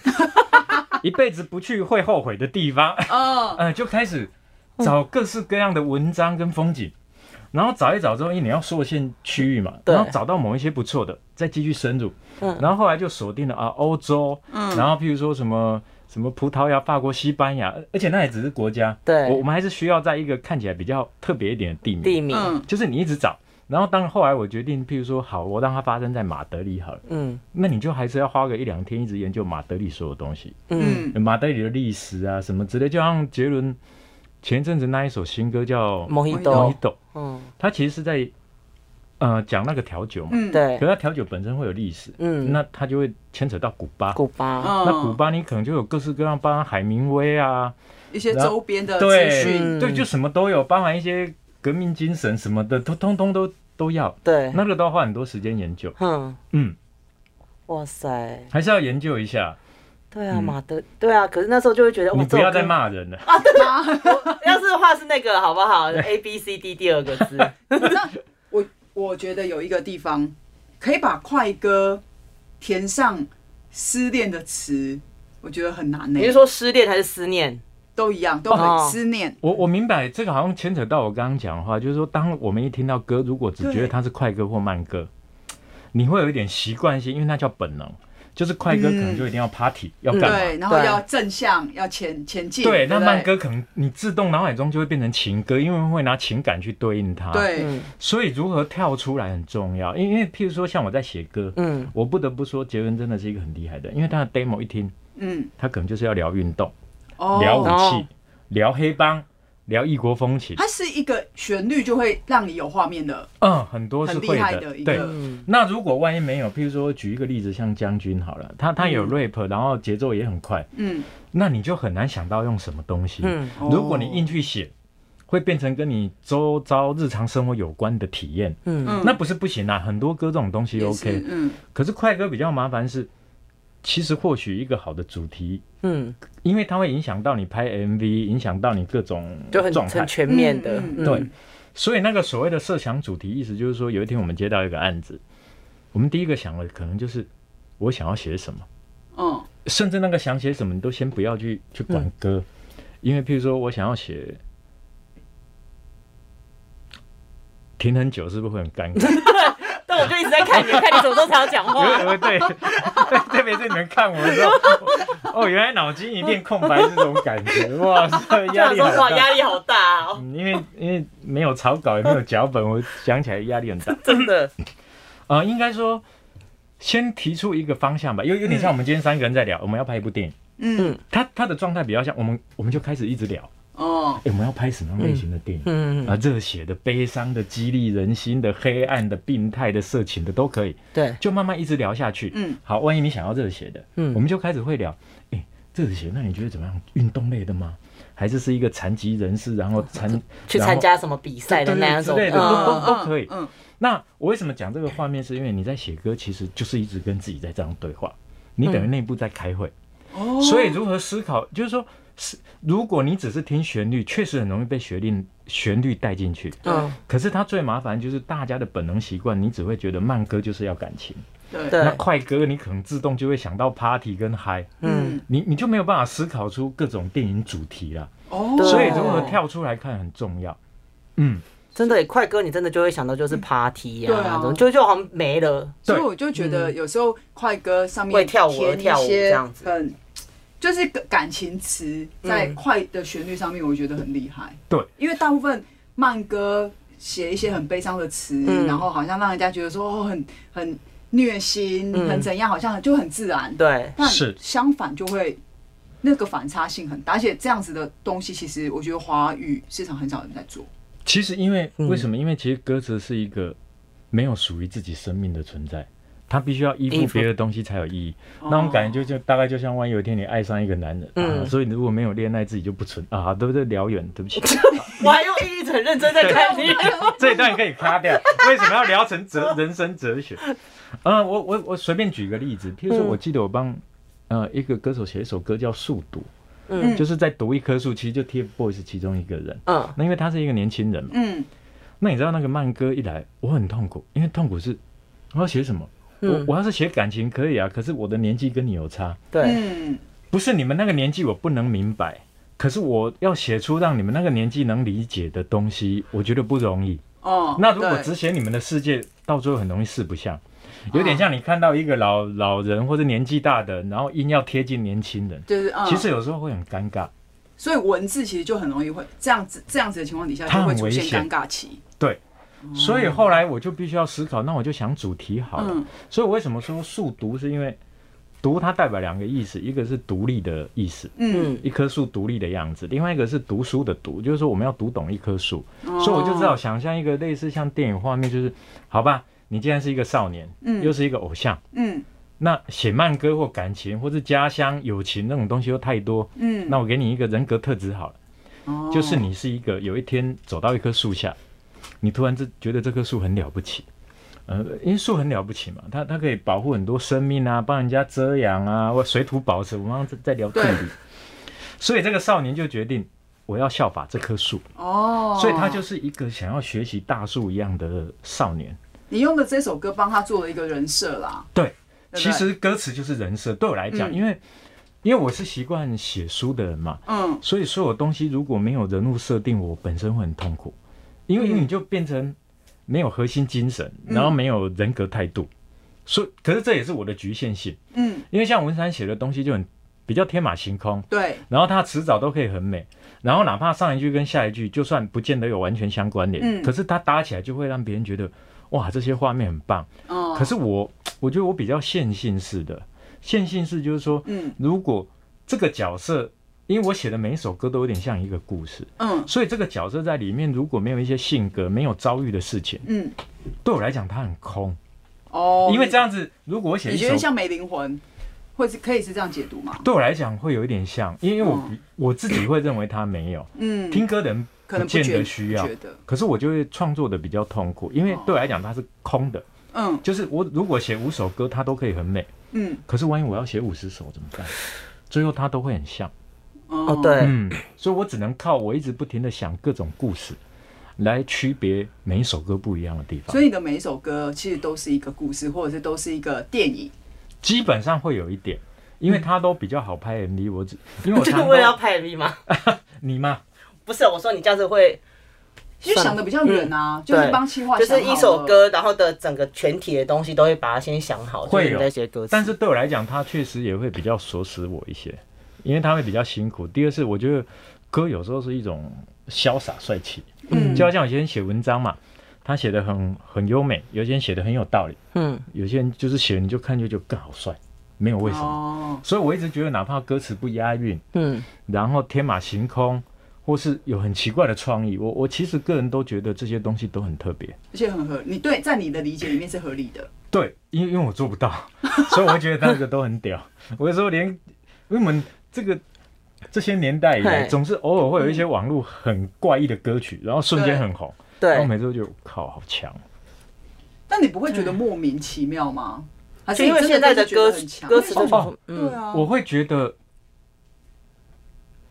Speaker 1: 一辈子不去会后悔的地方。
Speaker 3: 哦，
Speaker 1: 呃，就开始找各式各样的文章跟风景，然后找一找之后，因为你要缩限区域嘛，
Speaker 2: 对
Speaker 1: 然后找到某一些不错的，再继续深入，
Speaker 2: 嗯
Speaker 1: 然后后来就锁定了啊欧洲，
Speaker 3: 嗯
Speaker 1: 然后譬如说什么什么葡萄牙、法国、西班牙，而且那也只是国家，
Speaker 2: 对
Speaker 1: 我我们还是需要在一个看起来比较特别一点的地名，
Speaker 2: 地名，
Speaker 3: 嗯
Speaker 1: 就是你一直找。然后，当后来我决定，譬如说，好，我让它发生在马德里好了，
Speaker 2: 嗯
Speaker 1: 那你就还是要花个一两天，一直研究马德里所有东西。
Speaker 2: 嗯，
Speaker 3: 嗯，
Speaker 1: 马德里的历史啊什么之类，就像杰伦前阵子那一首新歌叫《
Speaker 2: 莫一
Speaker 1: 莫
Speaker 2: 豆
Speaker 1: 吉，豆》，
Speaker 2: 嗯，
Speaker 1: 他其实是在呃讲那个调酒嘛，
Speaker 3: 嗯，
Speaker 1: 可
Speaker 2: 对
Speaker 1: 是，他调酒本身会有历史，
Speaker 2: 嗯
Speaker 1: 那他就会牵扯到古巴。
Speaker 2: 古巴，
Speaker 1: 那古
Speaker 3: 嗯，
Speaker 1: 巴你可能就有各式各样，包含海明威啊，
Speaker 3: 一些周边的资
Speaker 1: 对、
Speaker 3: 讯，
Speaker 2: 嗯
Speaker 1: 对，就什么都有，包含一些革命精神什么的，都通通都都要。
Speaker 2: 对，
Speaker 1: 那个都要花很多时间研究，
Speaker 2: 哼，
Speaker 1: 嗯，
Speaker 2: 哇塞，
Speaker 1: 还是要研究一下。
Speaker 2: 对啊，
Speaker 1: 嗯
Speaker 2: 马德，对啊，可是那时候就会觉得，哇
Speaker 1: 你不要再。
Speaker 2: 这首歌
Speaker 1: 骂人了，
Speaker 2: 要是的话是那个好不好？A B C D 第二个 字，
Speaker 3: 那我我觉得有一个地方可以把快歌填上失恋的词，我觉得很难呢、
Speaker 2: 你是说失恋还是思念？
Speaker 3: 都一样，都
Speaker 2: 哦
Speaker 3: 很思念。
Speaker 1: 我我明白这个好像牵扯到我刚刚讲的话，就是说，当我们一听到歌，如果只觉得它是快歌或慢歌，你会有一点习惯性，因为那叫本能，就是快歌可能就一定
Speaker 3: 嗯
Speaker 1: 要 party、要干嘛。
Speaker 3: 对，然后
Speaker 2: 对
Speaker 3: 要正向，要前前进。
Speaker 1: 对，
Speaker 3: 对，
Speaker 1: 那慢。歌可能你自动脑海中就会变成情歌，因为会拿情感去对应它。，
Speaker 3: 对，
Speaker 2: 嗯
Speaker 1: 所以如何跳出来很重要。因为因为譬如说，像我在写歌，
Speaker 2: 嗯
Speaker 1: 我不得不说杰伦真的是一个很厉害的，因为他的 demo 一听，
Speaker 3: 嗯，
Speaker 1: 他可能就是要聊运动、聊武
Speaker 3: 哦，哎
Speaker 1: 器
Speaker 2: 哦、
Speaker 1: 聊黑帮、聊异国风情，
Speaker 3: 它是一个旋律就会让你有画面的。
Speaker 1: 嗯，很多是
Speaker 3: 很厉
Speaker 1: 会
Speaker 3: 害
Speaker 1: 的，
Speaker 3: 的一
Speaker 1: 对
Speaker 3: 个。
Speaker 2: 嗯，
Speaker 1: 那如果万一没有，譬如说举一个例子，像将军好了，他他
Speaker 2: 嗯
Speaker 1: 有 rap，、然后节奏也很快，
Speaker 3: 嗯，那
Speaker 1: 那你就很难想到用什么东西。
Speaker 2: 嗯
Speaker 1: 如果你硬去写，会变成跟你周遭日常生活有关的体验，
Speaker 2: 嗯
Speaker 3: 嗯
Speaker 1: 那不是不行啊，很多歌这种东西
Speaker 3: 也是
Speaker 1: OK。
Speaker 3: 嗯，
Speaker 1: 可是快歌比较麻烦是，其实或许一个好的主题，
Speaker 2: 嗯，
Speaker 1: 因为它会影响到你拍 MV，影响到你各种
Speaker 2: 就很
Speaker 1: 状态
Speaker 2: 很。全面的，
Speaker 3: 嗯
Speaker 2: 嗯
Speaker 1: 对所以那个所谓的设想主题，意思就是说，有一天我们接到一个案子，我们第一个想的可能就是我想要写什么，
Speaker 3: 嗯，
Speaker 1: 甚至那个想写什么，你都先不要去去
Speaker 2: 嗯
Speaker 1: 管歌，因为譬如说我想要写。停很久是不是会很尴尬？
Speaker 2: 但我就一直在看你， 看你什么时候才要讲
Speaker 1: 因为
Speaker 2: 话。
Speaker 1: 因为对，特别是你们看我的时候，哦，原来脑筋一片空白是这种感 觉，哇塞，
Speaker 2: 就
Speaker 1: 压
Speaker 2: 想
Speaker 1: 力
Speaker 2: 说
Speaker 1: 很
Speaker 2: 哇，
Speaker 1: 大。
Speaker 2: 压力好大哦，
Speaker 1: 嗯因为因为没有草稿也没有脚本，我想起来压力很大。
Speaker 2: 真的。
Speaker 1: 呃，应该说先提出一个方向吧，有有点
Speaker 2: 嗯
Speaker 1: 像我们今天三个人在聊，我们要拍一部电影，
Speaker 3: 嗯，
Speaker 1: 他他的状态比较像我们，我们就开始一直聊，
Speaker 3: 哦，
Speaker 1: 诶我们要拍什么样类型的电影？
Speaker 2: 嗯，
Speaker 1: 啊，热血的、悲伤的、激励人心的、黑暗的、病态的、色情的都可以，
Speaker 2: 对，
Speaker 1: 就慢慢一直聊下去。
Speaker 3: 嗯，
Speaker 1: 好，万一你想要热血的，
Speaker 2: 嗯
Speaker 1: 我们就开始会聊，诶，热血，那你觉得怎么样？运动类的吗？还是是一个残疾人士，然后残
Speaker 2: 去
Speaker 1: 然后
Speaker 2: 参加什么比赛的
Speaker 1: 对对
Speaker 2: 那样
Speaker 1: 之
Speaker 2: 种，
Speaker 1: 类的都
Speaker 2: 嗯
Speaker 1: 都都可以
Speaker 3: 嗯，
Speaker 1: 那我为什么讲这个画面，是因为你在写歌，其实就是一直跟自己在这样对话，你等于内部在开会。
Speaker 3: 嗯哦，
Speaker 1: 所以如何思考，就是说，是如果你只是听旋律，确实很容易被旋律旋律带进去。
Speaker 2: 嗯，
Speaker 1: 可是它最麻烦就是大家的本能习惯，你只会觉得慢歌就是要感情，
Speaker 3: 对，
Speaker 1: 那
Speaker 2: 嗯对，
Speaker 1: 快歌你可能自动就会想到 party 跟嗨，
Speaker 2: 嗯，
Speaker 1: 你你就没有办法思考出各种电影主题啦。
Speaker 3: 哦，
Speaker 2: 对
Speaker 1: 所以如何跳出来看很重要。嗯，
Speaker 2: 真的耶快歌，你真的就会想到就是 party 呀、
Speaker 3: 对啊
Speaker 2: 怎么就就好像没了，
Speaker 3: 所以我就觉
Speaker 1: 嗯
Speaker 3: 得有时候快歌上面
Speaker 2: 会跳舞
Speaker 3: 填一
Speaker 2: 跳舞
Speaker 3: 些
Speaker 2: 这样子
Speaker 3: 很就是感情词在快的旋律上面，我觉得很厉害。
Speaker 1: 嗯对，
Speaker 3: 因为大部分慢歌写一些很悲伤的词，
Speaker 2: 嗯
Speaker 3: 然后好像让人家觉得说哦很很虐心，
Speaker 2: 嗯
Speaker 3: 很怎样，好像就很自然。
Speaker 2: 对，
Speaker 3: 但
Speaker 4: 是
Speaker 3: 相反就会那个反差性很大，而且这样子的东西，其实我觉得华语市场很少人在做。
Speaker 1: 其实因为
Speaker 2: 嗯
Speaker 1: 为什么？因为其实歌词是一个没有属于自己生命的存在，它必须要依
Speaker 2: 依
Speaker 1: 附
Speaker 2: 附哦
Speaker 1: 别的东西才有意义。那种感觉就就大概就像，万一有一天你爱上一个男人，啊
Speaker 2: 嗯
Speaker 1: 所以你如果没有恋爱，自己就不存啊，对不对？聊远，对 不起，
Speaker 2: 我还用一直很认真在看你。
Speaker 1: 这一段可以卡掉。为什么要聊成哲人生哲学？嗯、我我我随便举个例子，譬如说，
Speaker 2: 嗯
Speaker 1: 我记得我帮呃一个歌手写一首歌叫《树读》，
Speaker 2: 嗯
Speaker 1: 就是在读一棵树，其实就 TFBOYS 其中一个人。
Speaker 2: 嗯，
Speaker 1: 那因为他是一个年轻人嘛，
Speaker 3: 嗯
Speaker 1: 那你知道那个慢歌一来，我很痛苦，因为痛苦是我要写什么？我
Speaker 2: 嗯
Speaker 1: 我要是写感情可以啊，可是我的年纪跟你有差，
Speaker 2: 对，
Speaker 3: 嗯，
Speaker 1: 不是你们那个年纪我不能明白，可是我要写出让你们那个年纪能理解的东西，我觉得不容易。
Speaker 3: 哦，
Speaker 1: 那如果
Speaker 3: 对
Speaker 1: 只写你们的世界，到最后很容易四不像，有点像你看到一个老老人或者年纪大的，然后硬要贴近年轻人，
Speaker 3: 就是嗯，
Speaker 1: 其实有时候会很尴尬。
Speaker 3: 所以文字其实就很容易会这样子这样子的情况底下
Speaker 1: 它
Speaker 3: 就
Speaker 1: 很
Speaker 3: 会出现
Speaker 1: 危
Speaker 3: 尴
Speaker 1: 险
Speaker 3: 尬期。
Speaker 1: 对，
Speaker 3: 嗯
Speaker 1: 所以后来我就必须要思考，那我就想主题好了。
Speaker 3: 嗯
Speaker 1: 所以我为什么说树独，是因为独它代表两个意思，一个是独立的意思，
Speaker 3: 嗯，
Speaker 2: 嗯
Speaker 1: 一棵树独立的样子；，另外一个是读书的读，就是说我们要读懂一棵树。
Speaker 3: 哦
Speaker 1: 所以我就知道，想象一个类似像电影画面，就是好吧，你既然是一个少年，
Speaker 3: 嗯
Speaker 1: 又是一个偶像，
Speaker 3: 嗯
Speaker 1: 那写慢歌或感情或是家乡友情那种东西又太多，
Speaker 3: 嗯，
Speaker 1: 那我给你一个人格特质好了，
Speaker 3: 哦
Speaker 1: 就是你是一个有一天走到一棵树下，你突然之觉得这棵树很了不起，呃，因为树很了不起嘛，它它可以保护很多生命啊，帮人家遮阳啊，或水土保持。我们刚刚在在聊地理，所以这个少年就决定我要效法这棵树，
Speaker 3: 哦，
Speaker 1: 所以他就是一个想要学习大树一样的少年。
Speaker 3: 你用的这首歌帮他做了一个人设啦。
Speaker 1: 对，
Speaker 3: 对
Speaker 1: 其实歌词就是人设，对我来讲，
Speaker 3: 嗯
Speaker 1: 因为因为我是习惯写书的人嘛，
Speaker 3: 嗯
Speaker 1: 所以所有东西如果没有人物设定，我本身会很痛苦，因
Speaker 3: 嗯
Speaker 1: 为因为你就变成没有核心精神，然后没有人格态度，所以可是这也是我的局限性，
Speaker 3: 嗯，
Speaker 1: 因为像文山写的东西就很比较天马行空，
Speaker 3: 对，
Speaker 1: 然后它迟早都可以很美，然后哪怕上一句跟下一句就算不见得有完全相关联，
Speaker 3: 嗯
Speaker 1: 可是它搭起来就会让别人觉得哇这些画面很棒，
Speaker 3: 哦，
Speaker 1: 可是我我觉得我比较线性式的，线性式就是说，
Speaker 3: 嗯
Speaker 1: 如果这个角色，因为我写的每一首歌都有点像一个故事，
Speaker 3: 嗯
Speaker 1: 所以这个角色在里面如果没有一些性格、没有遭遇的事情，
Speaker 3: 嗯，
Speaker 1: 对我来讲它很空。
Speaker 3: 哦，
Speaker 1: 因为这样子，如果我写
Speaker 3: 你
Speaker 1: 一
Speaker 3: 觉得
Speaker 1: 首，
Speaker 3: 像没灵魂，会是可以是这样解读吗？
Speaker 1: 对我来讲会有一点像，因为我、
Speaker 3: 嗯
Speaker 1: 我自己会认为它没有。
Speaker 3: 嗯，
Speaker 1: 听啊歌的人
Speaker 3: 可能不
Speaker 1: 见
Speaker 3: 觉
Speaker 1: 得
Speaker 3: 不
Speaker 1: 需要
Speaker 3: 觉，得，
Speaker 1: 可是我就会创作的比较痛苦，因为
Speaker 3: 哦
Speaker 1: 对我来讲它是空的。
Speaker 3: 嗯
Speaker 1: 就是我如果写五首歌，它都可以很美，
Speaker 3: 嗯
Speaker 1: 可是万一我要写五十首怎么办？最后它都会很像。
Speaker 3: 哦
Speaker 2: 哦，对，
Speaker 1: 嗯，所以我只能靠我一直不停的想各种故事，来区别每一首歌不一样的地方。
Speaker 3: 所
Speaker 1: 以
Speaker 3: 以你的每一首歌其实都是一个故事，或者是都是一个电影。
Speaker 1: 基本上会有一点，因为它都比较好拍 MV，我只因 为我
Speaker 2: 这
Speaker 1: 常
Speaker 2: 个
Speaker 1: 都
Speaker 2: 我也要拍 MV 吗？
Speaker 1: 你吗？
Speaker 2: 不是，我说你这样子会，
Speaker 3: 其实想的比较远啊，就是
Speaker 2: 嗯对
Speaker 3: 帮企划
Speaker 2: 就
Speaker 3: 想好
Speaker 2: 是
Speaker 3: 了，
Speaker 2: 一首歌，然后的整个全体的东西都会把它先想好，
Speaker 1: 会有
Speaker 2: 就是那些歌词。
Speaker 1: 但是对我来讲，它确实也会比较锁死我一些，因为它会比较辛苦。第二是我觉得歌有时候是一种潇洒帅气，
Speaker 3: 嗯
Speaker 1: 就好像有些人写文章嘛，他写的很很优美，有些人写的很有道理，
Speaker 2: 嗯，
Speaker 1: 有些人就是写你就看就就更好帅，没有为什么。
Speaker 3: 哦，
Speaker 1: 所以我一直觉得，哪怕歌词不押韵，
Speaker 2: 嗯
Speaker 1: 然后天马行空，或是有很奇怪的创意，我我其实个人都觉得这些东西都很特别。
Speaker 3: 而且很合，你对，在你的理解里面是合理的。
Speaker 1: 对，因为因为我做不到， 所以我觉得那个都很 屌。我有时候连，因为我们这个这些年代以来，
Speaker 2: 嘿
Speaker 1: 总是偶尔会有一些网络很怪异的歌曲，然后瞬间很红，然后
Speaker 2: 对，
Speaker 1: 每次都觉得靠，好强。
Speaker 3: 但你不会觉得莫名其妙吗？还是
Speaker 2: 就因为
Speaker 3: 你
Speaker 2: 现
Speaker 3: 啊
Speaker 2: 在
Speaker 3: 真的
Speaker 2: 的
Speaker 3: 就觉得
Speaker 2: 歌
Speaker 3: 很强
Speaker 2: 歌词就
Speaker 1: 哦
Speaker 2: 想
Speaker 1: 哦
Speaker 2: 说，
Speaker 3: 对
Speaker 2: 嗯，
Speaker 3: 啊，
Speaker 1: 我会觉得，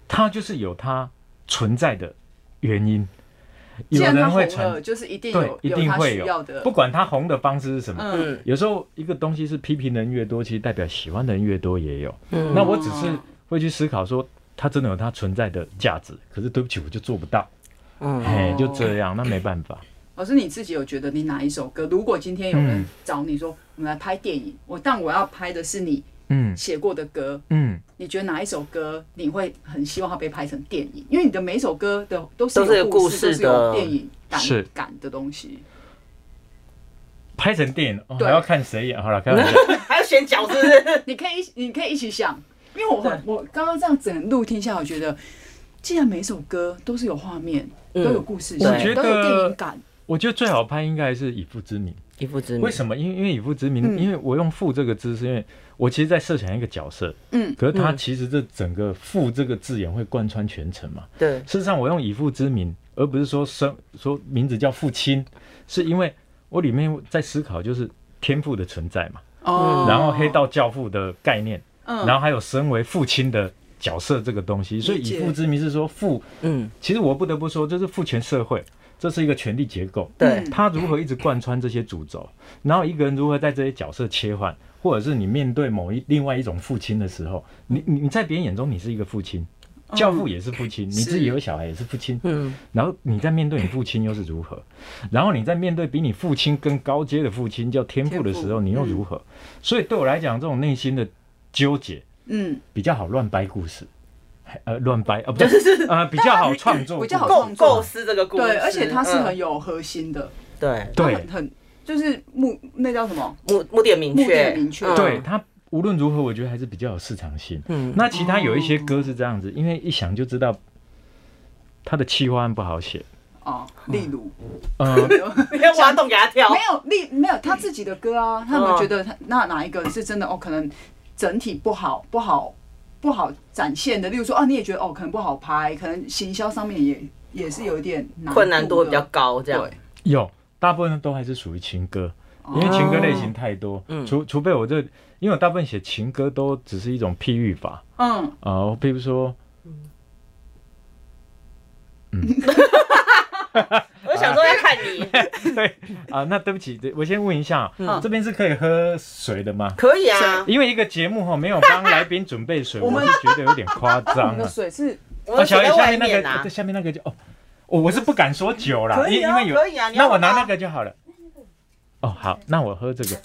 Speaker 1: 它就是有它存在的原因。有
Speaker 3: 既然他
Speaker 1: 人会
Speaker 3: 红
Speaker 1: 传
Speaker 3: 了，就是一定
Speaker 1: 对
Speaker 3: 有，
Speaker 1: 一定
Speaker 3: 他
Speaker 1: 会
Speaker 3: 需要
Speaker 1: 有
Speaker 3: 的，
Speaker 1: 不管他红的方式是什么。
Speaker 3: 嗯
Speaker 1: 有时候一个东西是批评人越多，其实代表喜欢的人越多也有。
Speaker 2: 嗯
Speaker 1: 那我只是会去思考说，它真的有它存在的价值，可是对不起，我就做不到，
Speaker 2: 嗯
Speaker 1: 哎、就这样，那没办法。
Speaker 3: 老师你自己有觉得你哪一首歌？如果今天有人
Speaker 1: 嗯
Speaker 3: 找你说我们来拍电影，我但我要拍的是你
Speaker 1: 嗯
Speaker 3: 写过的歌，
Speaker 1: 嗯，
Speaker 3: 你觉得哪一首歌你会很希望它被拍成电影？因为你的每一首歌的都是
Speaker 2: 都是
Speaker 3: 有
Speaker 2: 有
Speaker 3: 故
Speaker 2: 故
Speaker 3: 事，都
Speaker 2: 事
Speaker 3: 是
Speaker 2: 的
Speaker 3: 有电影感
Speaker 1: 是
Speaker 3: 感的东西。
Speaker 1: 拍成电影，哦、
Speaker 3: 对
Speaker 1: 还要看谁演。好了，开玩 笑。
Speaker 2: 还要选角是不是？
Speaker 3: 你可以一起，你可以一起想，因为我很我刚刚这样整路听下来，我觉得既然每首歌都是有画面，
Speaker 2: 嗯
Speaker 3: 都有故事
Speaker 2: 我
Speaker 3: 性，
Speaker 1: 觉
Speaker 3: 都有
Speaker 1: 得
Speaker 3: 电影感，
Speaker 1: 我觉得最好拍应该是以父之名。
Speaker 2: 一步之名
Speaker 1: 为什么？因为因为以父之名，
Speaker 3: 嗯
Speaker 1: 因为我用父这个字，是因为我其实在设想一个角色，
Speaker 3: 嗯，
Speaker 1: 可是他
Speaker 2: 嗯
Speaker 1: 其实这整个父这个字眼会贯穿全程嘛。
Speaker 2: 对，
Speaker 1: 事实上，我用以父之名，而不是说生说名字叫父亲，是因为我里面在思考就是天赋的存在嘛，
Speaker 2: 嗯
Speaker 3: 哦
Speaker 1: 然后黑，道教父的概念，
Speaker 3: 嗯，
Speaker 1: 然后还有身为父亲的角色这个东西，所以
Speaker 3: 理解
Speaker 1: 以父之名是说父，
Speaker 2: 嗯，
Speaker 1: 其实我不得不说，这是父权社会，这是一个权力结构，
Speaker 2: 对
Speaker 3: 嗯，
Speaker 1: 他如何一直贯穿这些主轴，然后一个人如何在这些角色切换，或者是你面对某一另外一种父亲的时候，你你你在别人眼中你是一个父亲，
Speaker 3: 嗯
Speaker 1: 教父也是父亲，你自己有小孩也是父亲，
Speaker 2: 嗯，
Speaker 1: 然后你在面对你父亲又是如何，然后你在面对比你父亲更高阶的父亲叫天父的时
Speaker 3: 天嗯
Speaker 1: 候，
Speaker 3: 父
Speaker 1: 你又如何？所以对我来讲，这种内心的纠结
Speaker 3: 嗯，
Speaker 1: 比较好乱掰故事，呃，乱掰啊，不是啊，比较好创作故事，
Speaker 3: 比较好
Speaker 2: 构
Speaker 3: 创作
Speaker 2: 构思这个故事，
Speaker 3: 对，而且它是很
Speaker 2: 嗯
Speaker 3: 有核心的，
Speaker 2: 对
Speaker 3: 它
Speaker 1: 对
Speaker 3: 很很就是目那叫什么？
Speaker 2: 目目的明
Speaker 3: 目的
Speaker 2: 确，
Speaker 3: 明确
Speaker 2: 嗯
Speaker 1: 对，它无论如何，我觉得还是比较有市场性。
Speaker 2: 嗯，
Speaker 1: 那其他有一些歌是这样子，因为一想就知道它的企划案不好写。
Speaker 3: 哦，例如
Speaker 1: 嗯，
Speaker 2: 你要挖洞给他跳
Speaker 3: 没，有例没有他自己的歌啊，他们觉得他那哪一个是真的哦？可能整体不好，不好，不好展现的。例如说，啊，你也觉得哦，可能不好拍，可能行销上面也也是有一点 难
Speaker 2: 困难度会比较
Speaker 3: 的
Speaker 2: 高，这样
Speaker 3: 对，
Speaker 1: 有大部分都还是属于情歌，因为情歌类型太多，除除非我这，因为我大部分写情歌都只是一种譬喻法
Speaker 3: 嗯，
Speaker 1: 啊，呃譬如说，
Speaker 2: 我想说要看你，
Speaker 1: 对啊、那对不起，对我先问一下，
Speaker 3: 嗯
Speaker 1: 这边是可以喝水的吗？
Speaker 2: 可以啊，
Speaker 1: 因为一个节目哈没有帮来宾准备水，嗯
Speaker 3: 我
Speaker 1: 我
Speaker 3: 们
Speaker 1: 是觉得有点夸
Speaker 3: 我
Speaker 1: 张
Speaker 3: 们的
Speaker 1: 了。
Speaker 3: 水是
Speaker 2: 我
Speaker 1: 哦，
Speaker 2: 们
Speaker 1: 小
Speaker 2: 写
Speaker 1: 野
Speaker 2: 在
Speaker 1: 下
Speaker 2: 外
Speaker 1: 面那
Speaker 2: 面
Speaker 1: 个，
Speaker 2: 啊
Speaker 1: 对，下面那个就哦，我我是不敢说酒啦，
Speaker 2: 可以
Speaker 1: 因、
Speaker 2: 啊
Speaker 1: 因为有
Speaker 2: 可以啊你要
Speaker 1: 那我
Speaker 2: 不要
Speaker 1: 拿那个就好了。哦，好，那我喝这个，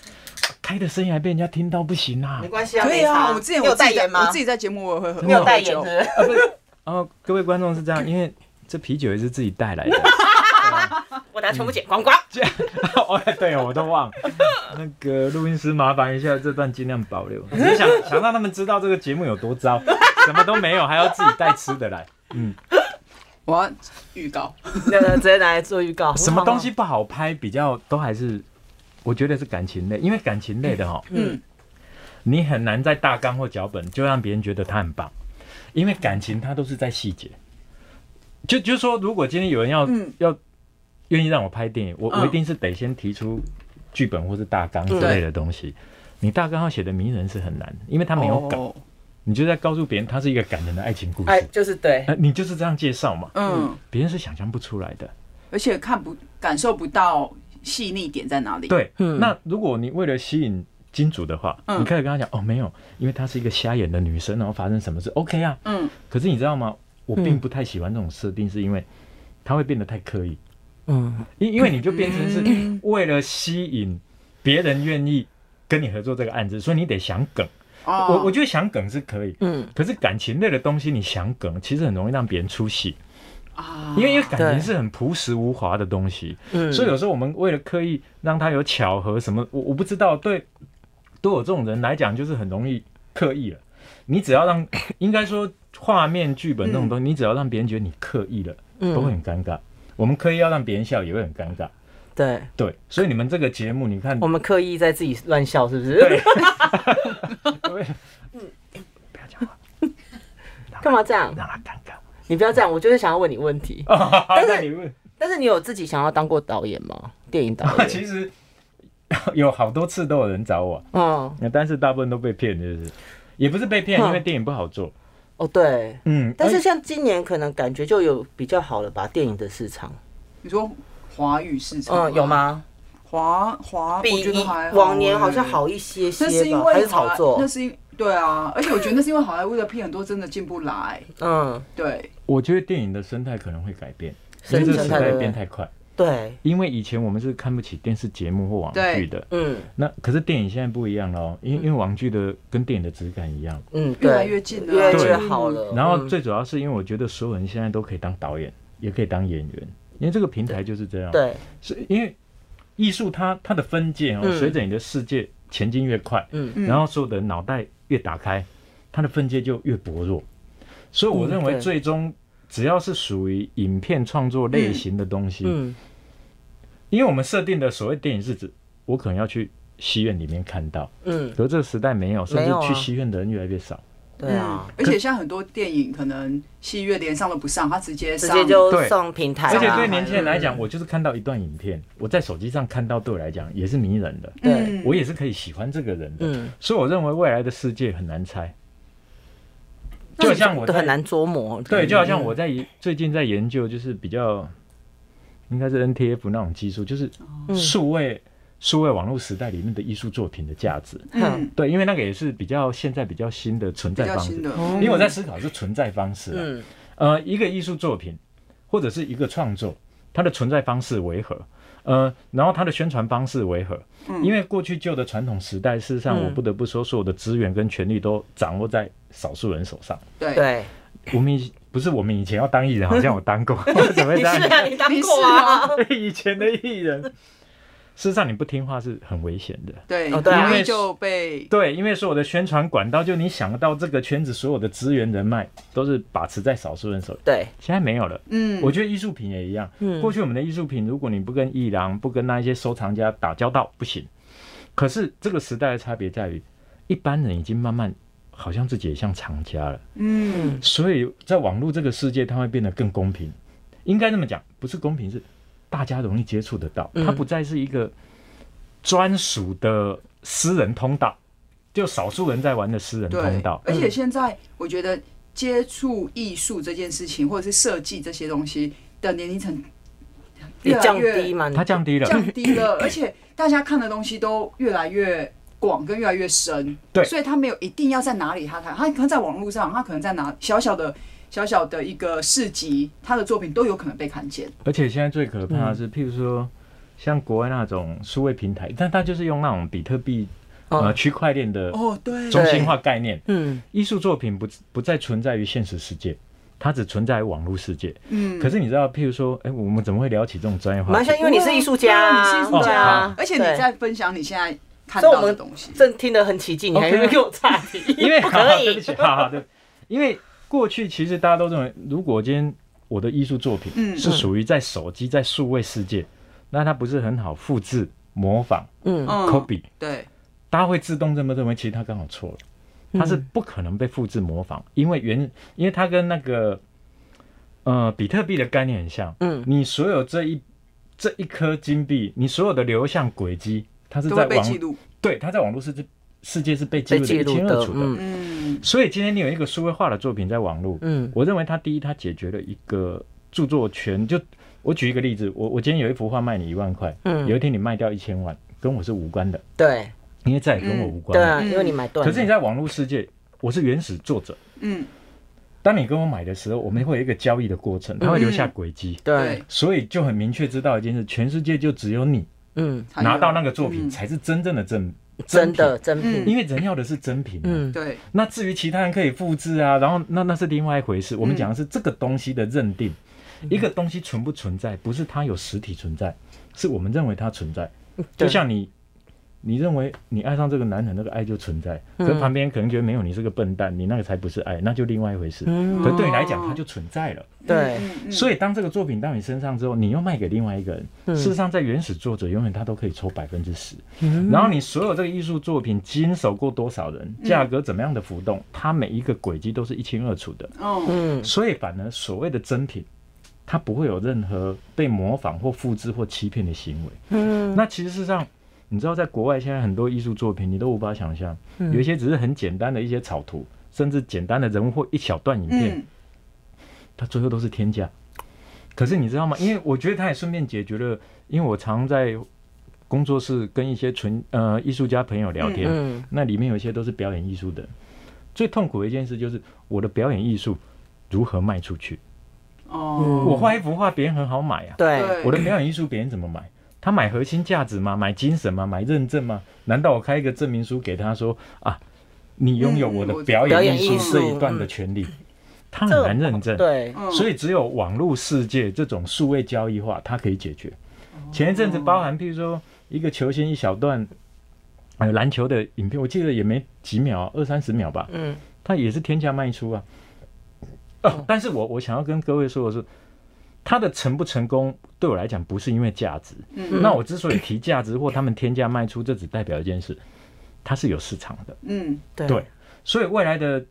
Speaker 1: 开的声音还被人家听到不行啊
Speaker 2: 没！关系啊，
Speaker 3: 可以
Speaker 2: 没
Speaker 3: 啊，
Speaker 2: 差
Speaker 3: 我之前
Speaker 2: 你
Speaker 3: 我
Speaker 2: 有
Speaker 3: 自
Speaker 2: 代
Speaker 3: 己在
Speaker 2: 言
Speaker 3: 我
Speaker 2: 吗
Speaker 3: 自？己在节目我也会喝，
Speaker 2: 你有代言
Speaker 3: 酒
Speaker 2: 是不，是？
Speaker 1: 啊不是，哦，各位观众是这 样，因为这啤酒也是自己带来的。
Speaker 3: 嗯
Speaker 2: 我等下全部剪光光。
Speaker 1: 哦，对，我都忘了。那个录音师，麻烦一下，这段尽量保 留。只是想想让他们知道这个节目有多 糟，什么都没有，还要自己带吃的来。嗯，
Speaker 3: 我要预告，
Speaker 2: 那个直接拿来做预告，
Speaker 1: 什么东西不好拍，比较都还是，我觉得是感情类，因为感情类的哈，
Speaker 3: 嗯，
Speaker 1: 你很难在大纲或脚本就让别人觉得他很棒，因为感情它都是在细节。就就是说，如果今天有人要、
Speaker 3: 嗯
Speaker 1: 要愿意让我拍电影，我、
Speaker 3: 嗯
Speaker 1: 我一定是得先提出剧本或是大纲之类的东西。你大纲要写的迷人是很难，因为他没有梗，
Speaker 3: 哦，
Speaker 1: 你就在告诉别人它是一个感人的爱情故事，
Speaker 2: 哎，就是对，
Speaker 1: 呃你就是这样介绍嘛，
Speaker 3: 嗯，
Speaker 1: 别人是想象不出来的。
Speaker 3: 而且看不感受不到细腻点在哪里，，
Speaker 1: 对，
Speaker 2: 嗯
Speaker 1: 那如果你为了吸引金主的话，
Speaker 3: 嗯
Speaker 1: 你可以跟他讲哦，没有，因为她是一个瞎眼的女生，然后发生什么事，OK 啊。
Speaker 3: 嗯，
Speaker 1: 可是你知道吗？我并不太喜欢这种设定，是因为它会变得太刻意，
Speaker 2: 嗯，
Speaker 1: 因因为你就变成是为了吸引别人愿意跟你合作这个案子，所以你得想梗。
Speaker 3: 哦，
Speaker 1: 我我觉得想梗是可以，
Speaker 2: 嗯，
Speaker 1: 可是感情类的东西你想梗，其实很容易让别人出戏，
Speaker 3: 啊，
Speaker 1: 因为因为感情
Speaker 2: 对
Speaker 1: 是很朴实无华的东西。
Speaker 2: 嗯
Speaker 1: 所以有时候我们为了刻意让它有巧合什么，我我不知道，对对我这种人来讲，就是很容易刻意了。你只要 让，应该说画面、剧本那种东西，你只要让别人觉得你刻意了，
Speaker 2: 嗯
Speaker 1: 都会很尴尬。我们刻意要让别人笑，也会很尴尬。
Speaker 2: 对，
Speaker 1: 对，所以你们这个节目，你看
Speaker 2: 我，们刻意在自己乱笑，是不是
Speaker 1: 对？ 对嗯哎不要讲话，
Speaker 2: 干嘛这样？
Speaker 1: 让他尴尬。
Speaker 2: 你不要这样，我就是想要问你问题。
Speaker 1: 但
Speaker 2: 是
Speaker 1: 你问，
Speaker 2: 但是你有自己想要当过导演吗？电影导 演？
Speaker 1: 其实有好多次都有人找我，
Speaker 2: 嗯，
Speaker 1: 那但是大部分都被骗，就是也不是被骗，
Speaker 2: 哼
Speaker 1: 因为电影不好做。
Speaker 2: 哦对，
Speaker 1: 嗯，
Speaker 2: 但是
Speaker 1: 而
Speaker 2: 像今年可能感觉就有比较好了吧，电影的市场，
Speaker 3: 你说华语市场，
Speaker 2: 嗯，有？吗？
Speaker 3: 华华，我
Speaker 2: 比
Speaker 3: 觉得还好
Speaker 2: 往年好像
Speaker 3: 欸。
Speaker 2: 好一些些
Speaker 3: 那
Speaker 2: 吧，
Speaker 3: 是因为
Speaker 2: 还是炒
Speaker 3: 好莱
Speaker 2: 作
Speaker 3: 那，是因对啊，而且我觉得那是因为好莱坞的片很多真的进不来，
Speaker 2: 嗯，
Speaker 3: 对，
Speaker 1: 我觉得电影的生态可能会改变，因
Speaker 2: 生
Speaker 1: 为这个
Speaker 2: 生
Speaker 1: 时
Speaker 2: 态
Speaker 1: 代
Speaker 2: 对
Speaker 1: 变太快。
Speaker 2: 对，
Speaker 1: 因为以前我们是看不起电视节目或网剧的，
Speaker 2: 嗯
Speaker 1: 那可是电影现在不一样了哦，因为因为网剧的跟电影的质感一样。
Speaker 2: 嗯，
Speaker 3: 越来
Speaker 2: 对
Speaker 3: 越近了
Speaker 2: 越来
Speaker 1: 对
Speaker 2: 越好了。
Speaker 1: 然后
Speaker 2: 嗯
Speaker 1: 最主要是因为我觉得所有人现在都可以当导演，也可以当演员，因为这个平台就是这样。，
Speaker 2: 对，
Speaker 1: 是因为艺术它它的分界哦，
Speaker 2: 嗯
Speaker 1: 随着你的世界前进越快，
Speaker 2: 嗯，
Speaker 3: 嗯
Speaker 1: 然后所有的脑袋越打开，它的分界就越薄弱。所以我
Speaker 2: 嗯
Speaker 1: 认为
Speaker 2: 对
Speaker 1: 最终只要是属于影片创作类型的东西，
Speaker 2: 嗯，
Speaker 1: 因为我们设定的所谓电影是指我可能要去戏院里面看到，
Speaker 2: 嗯，
Speaker 1: 可是这个时代没有，甚
Speaker 2: 没
Speaker 1: 至
Speaker 2: 有啊
Speaker 1: 去戏院的人越来越少。
Speaker 2: 对啊，
Speaker 3: 嗯而且现在很多电影可能戏院连上都不上，他直接
Speaker 2: 直
Speaker 3: 上
Speaker 2: 接就
Speaker 1: 对
Speaker 2: 上平台啊，嗯
Speaker 1: 而且对
Speaker 3: 你
Speaker 1: 年轻人来讲，我就是看到一段影片，我在手机上看到，对我来讲也是迷人的，
Speaker 3: 嗯
Speaker 2: 对
Speaker 1: 我也是可以喜欢这个人的。
Speaker 2: 嗯，
Speaker 1: 所以我认为未来的世界很难猜，
Speaker 2: 那
Speaker 1: 就好
Speaker 2: 你
Speaker 1: 像我
Speaker 2: 都
Speaker 1: 在
Speaker 2: 很难捉摸，嗯
Speaker 1: 对，就好像我在最近在研究，就是比较应该是 NTF 那种技术，就是
Speaker 3: 哦
Speaker 2: 嗯
Speaker 1: 数位数位网络时代里面的艺术作品的价值。
Speaker 3: 嗯
Speaker 1: 对，因为那个也是比较现在比较新的存
Speaker 3: 比
Speaker 1: 在
Speaker 3: 较
Speaker 1: 方式
Speaker 3: 新。的，
Speaker 2: 嗯，
Speaker 1: 因为我在思考是存在方式、啊，
Speaker 2: 嗯
Speaker 1: 呃，一个艺术作品或者是一个创作，它的存在方式为何？呃，然后它的宣传方式为何？
Speaker 3: 嗯
Speaker 1: 因为过去旧的传统时代，事实上
Speaker 2: 嗯
Speaker 1: 我不得不说，所有的资源跟权力都掌握在少数人手上。
Speaker 3: 对，
Speaker 2: 对，
Speaker 1: 我们以不是我们以前要当艺人，好像我当过， 我怎么会
Speaker 2: 你是
Speaker 1: 当？
Speaker 2: 啊，你当
Speaker 3: 你是
Speaker 2: 过啊，
Speaker 1: 以前的艺人，事实上你不听话是很危险的。
Speaker 3: 对，
Speaker 2: 哦对啊
Speaker 3: 因
Speaker 1: 因为
Speaker 3: 为就被
Speaker 1: 对，因为所有的宣传管道，就你想得到这个圈子所有的资源人脉，都是把持在少数人手里。
Speaker 2: 对，
Speaker 1: 现在没有了。
Speaker 3: 嗯，
Speaker 1: 我觉得艺术品也一样。
Speaker 2: 嗯
Speaker 1: 过去我们的艺术品，如果你不跟艺廊、不跟那一些收藏家打交道，不行。可是这个时代的差别在于，一般人已经慢慢好像自己也像藏家了，
Speaker 3: 嗯
Speaker 1: 所以在网络这个世界，它会变得更公平。应该这么讲，不是公平，是大家容易接触得到，
Speaker 2: 嗯
Speaker 1: 它不再是一个专属的私人通道，就少数人在玩的私人
Speaker 3: 对
Speaker 1: 通道，。
Speaker 3: 而且现在我觉得接触艺术这件事情，或者是设计这些东西的年龄层
Speaker 2: 你
Speaker 3: 越来
Speaker 2: 降
Speaker 3: 越
Speaker 2: 低嘛，你
Speaker 1: 它降低了，
Speaker 3: 降低了，而且大家看的东西都越来越广跟越来越深。
Speaker 1: 对
Speaker 3: 所以他没有一定要在哪里他谈，他可能在网络上，他可能在哪小小的。小小的一个市集，他的作品都有可能被看见。
Speaker 1: 而且现在最可怕的
Speaker 3: 嗯
Speaker 1: 是，譬如说像国外那种数位平台，但它就是用那种比特币、呃
Speaker 2: 哦
Speaker 1: 区块链的
Speaker 3: 哦，对
Speaker 1: 中心化概念，
Speaker 2: 嗯
Speaker 1: 艺术作品不不再存在于现实世界。它只存在于网络世界，
Speaker 3: 嗯
Speaker 1: 可是你知道，譬如说，哎、我们怎么会聊起这种专业话
Speaker 2: 蛮
Speaker 1: 题？
Speaker 2: 像，因为你是艺术家啊，
Speaker 3: 对啊你是艺术
Speaker 2: 对
Speaker 3: 家
Speaker 2: 啊，
Speaker 1: 哦
Speaker 3: 而且你
Speaker 2: 对
Speaker 3: 在分享你现在看
Speaker 2: 所以
Speaker 3: 到
Speaker 2: 我
Speaker 3: 的
Speaker 2: 们
Speaker 3: 东西，
Speaker 2: 正听得很起劲，你还
Speaker 1: OK 啊
Speaker 2: 在给我岔题，
Speaker 1: 因为
Speaker 2: 不
Speaker 1: 好好
Speaker 2: 可
Speaker 1: 对不
Speaker 2: 以，
Speaker 1: 起，好好对不起，因为过去其实大家都认为，如果今天我的艺术作品
Speaker 3: 嗯
Speaker 1: 是属于在手机、在数位世界，那它不是很好复制、模仿、
Speaker 2: 嗯，
Speaker 1: copy，、
Speaker 3: 对，
Speaker 1: 大家会自动这么认为，其实他刚好错了，
Speaker 3: 嗯
Speaker 1: 他是不可能被复制模仿，因为原因为它跟那个呃比特币的概念很像，
Speaker 2: 嗯
Speaker 1: 你所有这一这一颗金币，你所有的流向轨迹，它是
Speaker 3: 都
Speaker 1: 在
Speaker 3: 会被
Speaker 1: 网
Speaker 3: 记录。
Speaker 1: 对它在网络世界世界是被记
Speaker 2: 被
Speaker 1: 录的
Speaker 2: 记
Speaker 1: 一
Speaker 2: 录
Speaker 1: 清二
Speaker 2: 的，
Speaker 1: 楚的，
Speaker 2: 嗯
Speaker 3: 嗯，
Speaker 1: 所以今天你有一个数位化的作品在网络，
Speaker 2: 嗯
Speaker 1: 我认为它第一，它解决了一个著作权。就我举一个例子，我我今天有一幅画卖你一万块，有一
Speaker 2: 嗯，
Speaker 1: 天你卖掉一千万，跟我是无关的，
Speaker 2: 对
Speaker 1: 因为再也跟我无关
Speaker 2: 对
Speaker 1: 了。
Speaker 2: 啊，
Speaker 3: 嗯
Speaker 2: 因为你买断了，
Speaker 1: 可是你在网络世界，我是原始作者。
Speaker 3: 嗯，
Speaker 1: 当你跟我买的时候，我们会有一个交易的过程，它会留下轨迹，
Speaker 2: 对
Speaker 3: 对，
Speaker 1: 所以就很明确知道一件事：全世界就只有你
Speaker 2: 嗯，
Speaker 3: 他有
Speaker 1: 拿到那个作品
Speaker 3: 嗯
Speaker 1: 才是真正的真
Speaker 2: 真的，嗯
Speaker 1: 品
Speaker 2: 真品，
Speaker 1: 因为人要的是真品。啊
Speaker 2: 嗯
Speaker 3: 对，
Speaker 1: 那至于其他人可以复制啊，然后那那是另外一回事。我们
Speaker 3: 嗯
Speaker 1: 讲的是这个东西的认定，
Speaker 2: 嗯
Speaker 1: 一个东西存不存在，不是它有实体存在，是我们认为它存在。就
Speaker 2: 对
Speaker 1: 像你，你认为你爱上这个男人，那个爱就存在，
Speaker 2: 嗯
Speaker 1: 可旁边人可能觉得没有，你是个笨蛋，你那个才不是爱，那就另外一回事。
Speaker 2: 嗯
Speaker 1: 可对你来讲，
Speaker 3: 哦
Speaker 1: 它就存在了。
Speaker 2: 对
Speaker 3: 嗯，嗯
Speaker 1: 所以当这个作品到你身上之后，你又卖给另外一个人。
Speaker 2: 嗯
Speaker 1: 事实上，在原始作者永远他都可以抽百分之十，
Speaker 2: 嗯
Speaker 1: 然后你所有这个艺术作品经手过多少人，价格怎么样的浮动，它每一个轨迹都是一清二楚的。
Speaker 3: 嗯，
Speaker 2: 嗯
Speaker 1: 所以反而所谓的真品，它不会有任何被模仿或复制或欺骗的行为。
Speaker 2: 嗯，
Speaker 1: 那其实事实上，你知道在国外现在很多艺术作品，你都无法想象，
Speaker 2: 嗯
Speaker 1: 有一些只是很简单的一些草图，甚至简单的人物或一小段影片，
Speaker 3: 嗯，
Speaker 1: 它最后都是天价。可是你知道吗？因为我觉得它也顺便解决了，因为我常在工作室跟一些纯呃艺术家朋友聊天，
Speaker 2: 嗯
Speaker 1: 那里面有一些都是表演艺术的。最痛苦的一件事就是我的表演艺术如何卖出去，
Speaker 3: 哦，
Speaker 2: 嗯
Speaker 1: 我画一幅画，别人很好买啊。
Speaker 2: 对
Speaker 3: 对
Speaker 1: 我的表演艺术别人怎么买？他买核心价值吗？买精神吗？买认证吗？难道我开一个证明书给他说啊，你拥有我的
Speaker 3: 嗯
Speaker 1: 表
Speaker 2: 表
Speaker 1: 演
Speaker 2: 演
Speaker 1: 艺
Speaker 2: 艺
Speaker 1: 术
Speaker 2: 术
Speaker 1: 这一段的权利？他很难认证。
Speaker 2: 对，
Speaker 3: 嗯
Speaker 1: 所以只有网络世界这种数位交易化，它可以解决。前一阵子包含，譬如说一个球星一小段，呃，篮球的影片，我记得也没几秒，二三十秒吧，
Speaker 2: 嗯，
Speaker 1: 它也是天价卖出啊。哦，但是我我想要跟各位说的是，它的成不成功对我来讲不是因为价值。
Speaker 3: 嗯
Speaker 1: 那我之所以提价值或他们天价卖出，这只代表一件事，它是有市场的。
Speaker 3: 嗯
Speaker 2: 对
Speaker 1: 对，所以未来的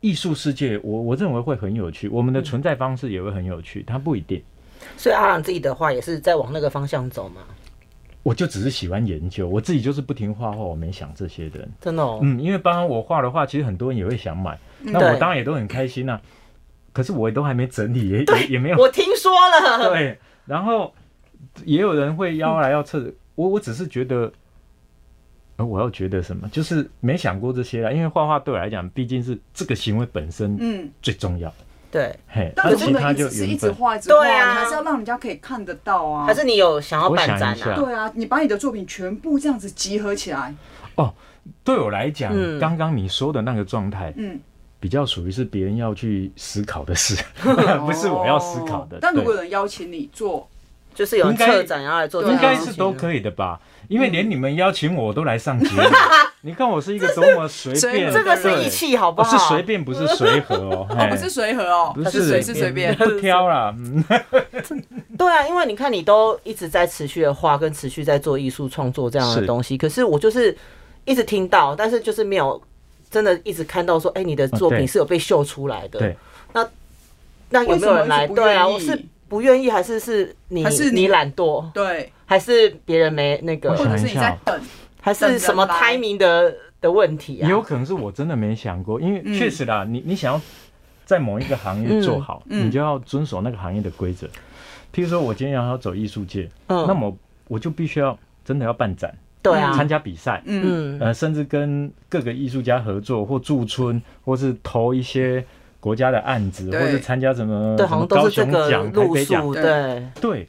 Speaker 1: 艺术世界，我我认为会很有趣，我们的
Speaker 3: 嗯
Speaker 1: 存在方式也会很有趣，它不一定。
Speaker 2: 所以阿朗自己的话也是在往那个方向走嘛，
Speaker 1: 我就只是喜欢研究，我自己就是不停画画，我没想这些的人。
Speaker 2: 真的哦，
Speaker 1: 嗯，因为包含我画的画，其实很多人也会想买，
Speaker 3: 嗯
Speaker 1: 那我
Speaker 2: 对
Speaker 1: 当然也都很开心呐、啊可是我也都还没整理，也也也没 有
Speaker 2: 我听说了，
Speaker 1: 对，然后也有人会邀来要测，我我只是觉得，呃，我要觉得什么，就是没想过这些啦，因为画画对我来讲，毕竟是这个行为本身
Speaker 3: 嗯，
Speaker 1: 最重要，
Speaker 2: 对，
Speaker 1: 嘿，
Speaker 3: 但
Speaker 1: 那
Speaker 3: 总
Speaker 1: 其
Speaker 3: 不
Speaker 1: 他
Speaker 3: 能一
Speaker 1: 就
Speaker 3: 直是一
Speaker 1: 缘
Speaker 3: 直
Speaker 1: 分。
Speaker 3: 画一直画，
Speaker 2: 对啊
Speaker 3: 你还是要让人家可以看得到啊。
Speaker 2: 还是你有想要
Speaker 1: 我
Speaker 2: 办
Speaker 1: 想
Speaker 2: 展
Speaker 1: 一
Speaker 2: 啊
Speaker 1: 下？
Speaker 3: 对啊，你把你的作品全部这样子集合起来，
Speaker 1: 对我来讲，
Speaker 2: 嗯
Speaker 1: 刚刚你说的那个状态，
Speaker 3: 嗯，
Speaker 1: 比较属于是别人要去思考的事，呃 不是我要思考的。
Speaker 3: 哦哦但如
Speaker 1: 对
Speaker 3: 果啊有人邀请你做，
Speaker 2: 就是有人
Speaker 1: 应该
Speaker 2: 策展要来做这
Speaker 1: 应
Speaker 2: 件
Speaker 1: 该
Speaker 2: 事情，
Speaker 1: 是都可以的吧，
Speaker 3: 嗯
Speaker 1: 因为连你们邀请我都来上 节目，你看我是一个多么随便，
Speaker 3: 以
Speaker 2: 这个
Speaker 1: 对哦
Speaker 2: 是义气，好不
Speaker 1: 不
Speaker 2: 好？
Speaker 1: 是随便，不是随和哦，
Speaker 3: 哦，
Speaker 1: 嘿
Speaker 3: 不是随和哦，
Speaker 1: 不
Speaker 3: 它
Speaker 1: 是
Speaker 3: 随是随便，
Speaker 1: 不挑啦， 嗯
Speaker 2: 对啊，因为你看，你都一直在持续的画，跟持续在做艺术创作这样
Speaker 1: 是
Speaker 2: 的东西。可是我就是一直听到，但是就是没有真的一直看到说，哎、你的作
Speaker 1: 啊对
Speaker 2: 品是有被秀出来的。
Speaker 1: 对
Speaker 2: 那那有
Speaker 3: 为
Speaker 2: 没
Speaker 3: 什
Speaker 2: 有
Speaker 3: 么
Speaker 2: 人来？
Speaker 3: 一直不愿
Speaker 2: 对啊，
Speaker 3: 意
Speaker 2: 我是不愿意，还是是你
Speaker 3: 还是你
Speaker 2: 你懒惰，
Speaker 3: 对，
Speaker 2: 还是别人没那
Speaker 1: 我想
Speaker 3: 或
Speaker 1: 哦
Speaker 2: 个，
Speaker 3: 者是你在等，
Speaker 2: 还是什么
Speaker 3: 等人来
Speaker 2: timing 的的问题啊
Speaker 1: 也？有可能是我真的没想过，因为
Speaker 3: 嗯
Speaker 1: 确实啦，你你想要在某一个行业做好，
Speaker 3: 嗯嗯
Speaker 1: 你就要遵守那个行业的规则。譬如说，我今天要走艺术界，
Speaker 2: 嗯，
Speaker 1: 那么我就必须要真的要办展，
Speaker 2: 对啊，
Speaker 1: 参加比赛，
Speaker 3: 嗯
Speaker 2: 嗯，
Speaker 1: 呃，甚至跟各个艺术家合作，或驻村，或是投一些国家的案子，或
Speaker 3: 对
Speaker 1: 是参加什么
Speaker 2: 对，
Speaker 1: 嗯什
Speaker 2: 好
Speaker 1: 么
Speaker 2: 像都
Speaker 1: 高
Speaker 2: 是这
Speaker 1: 雄
Speaker 2: 个
Speaker 1: 奖、台
Speaker 2: 路
Speaker 1: 北奖
Speaker 2: 数，
Speaker 3: 对
Speaker 2: 对，
Speaker 1: 对，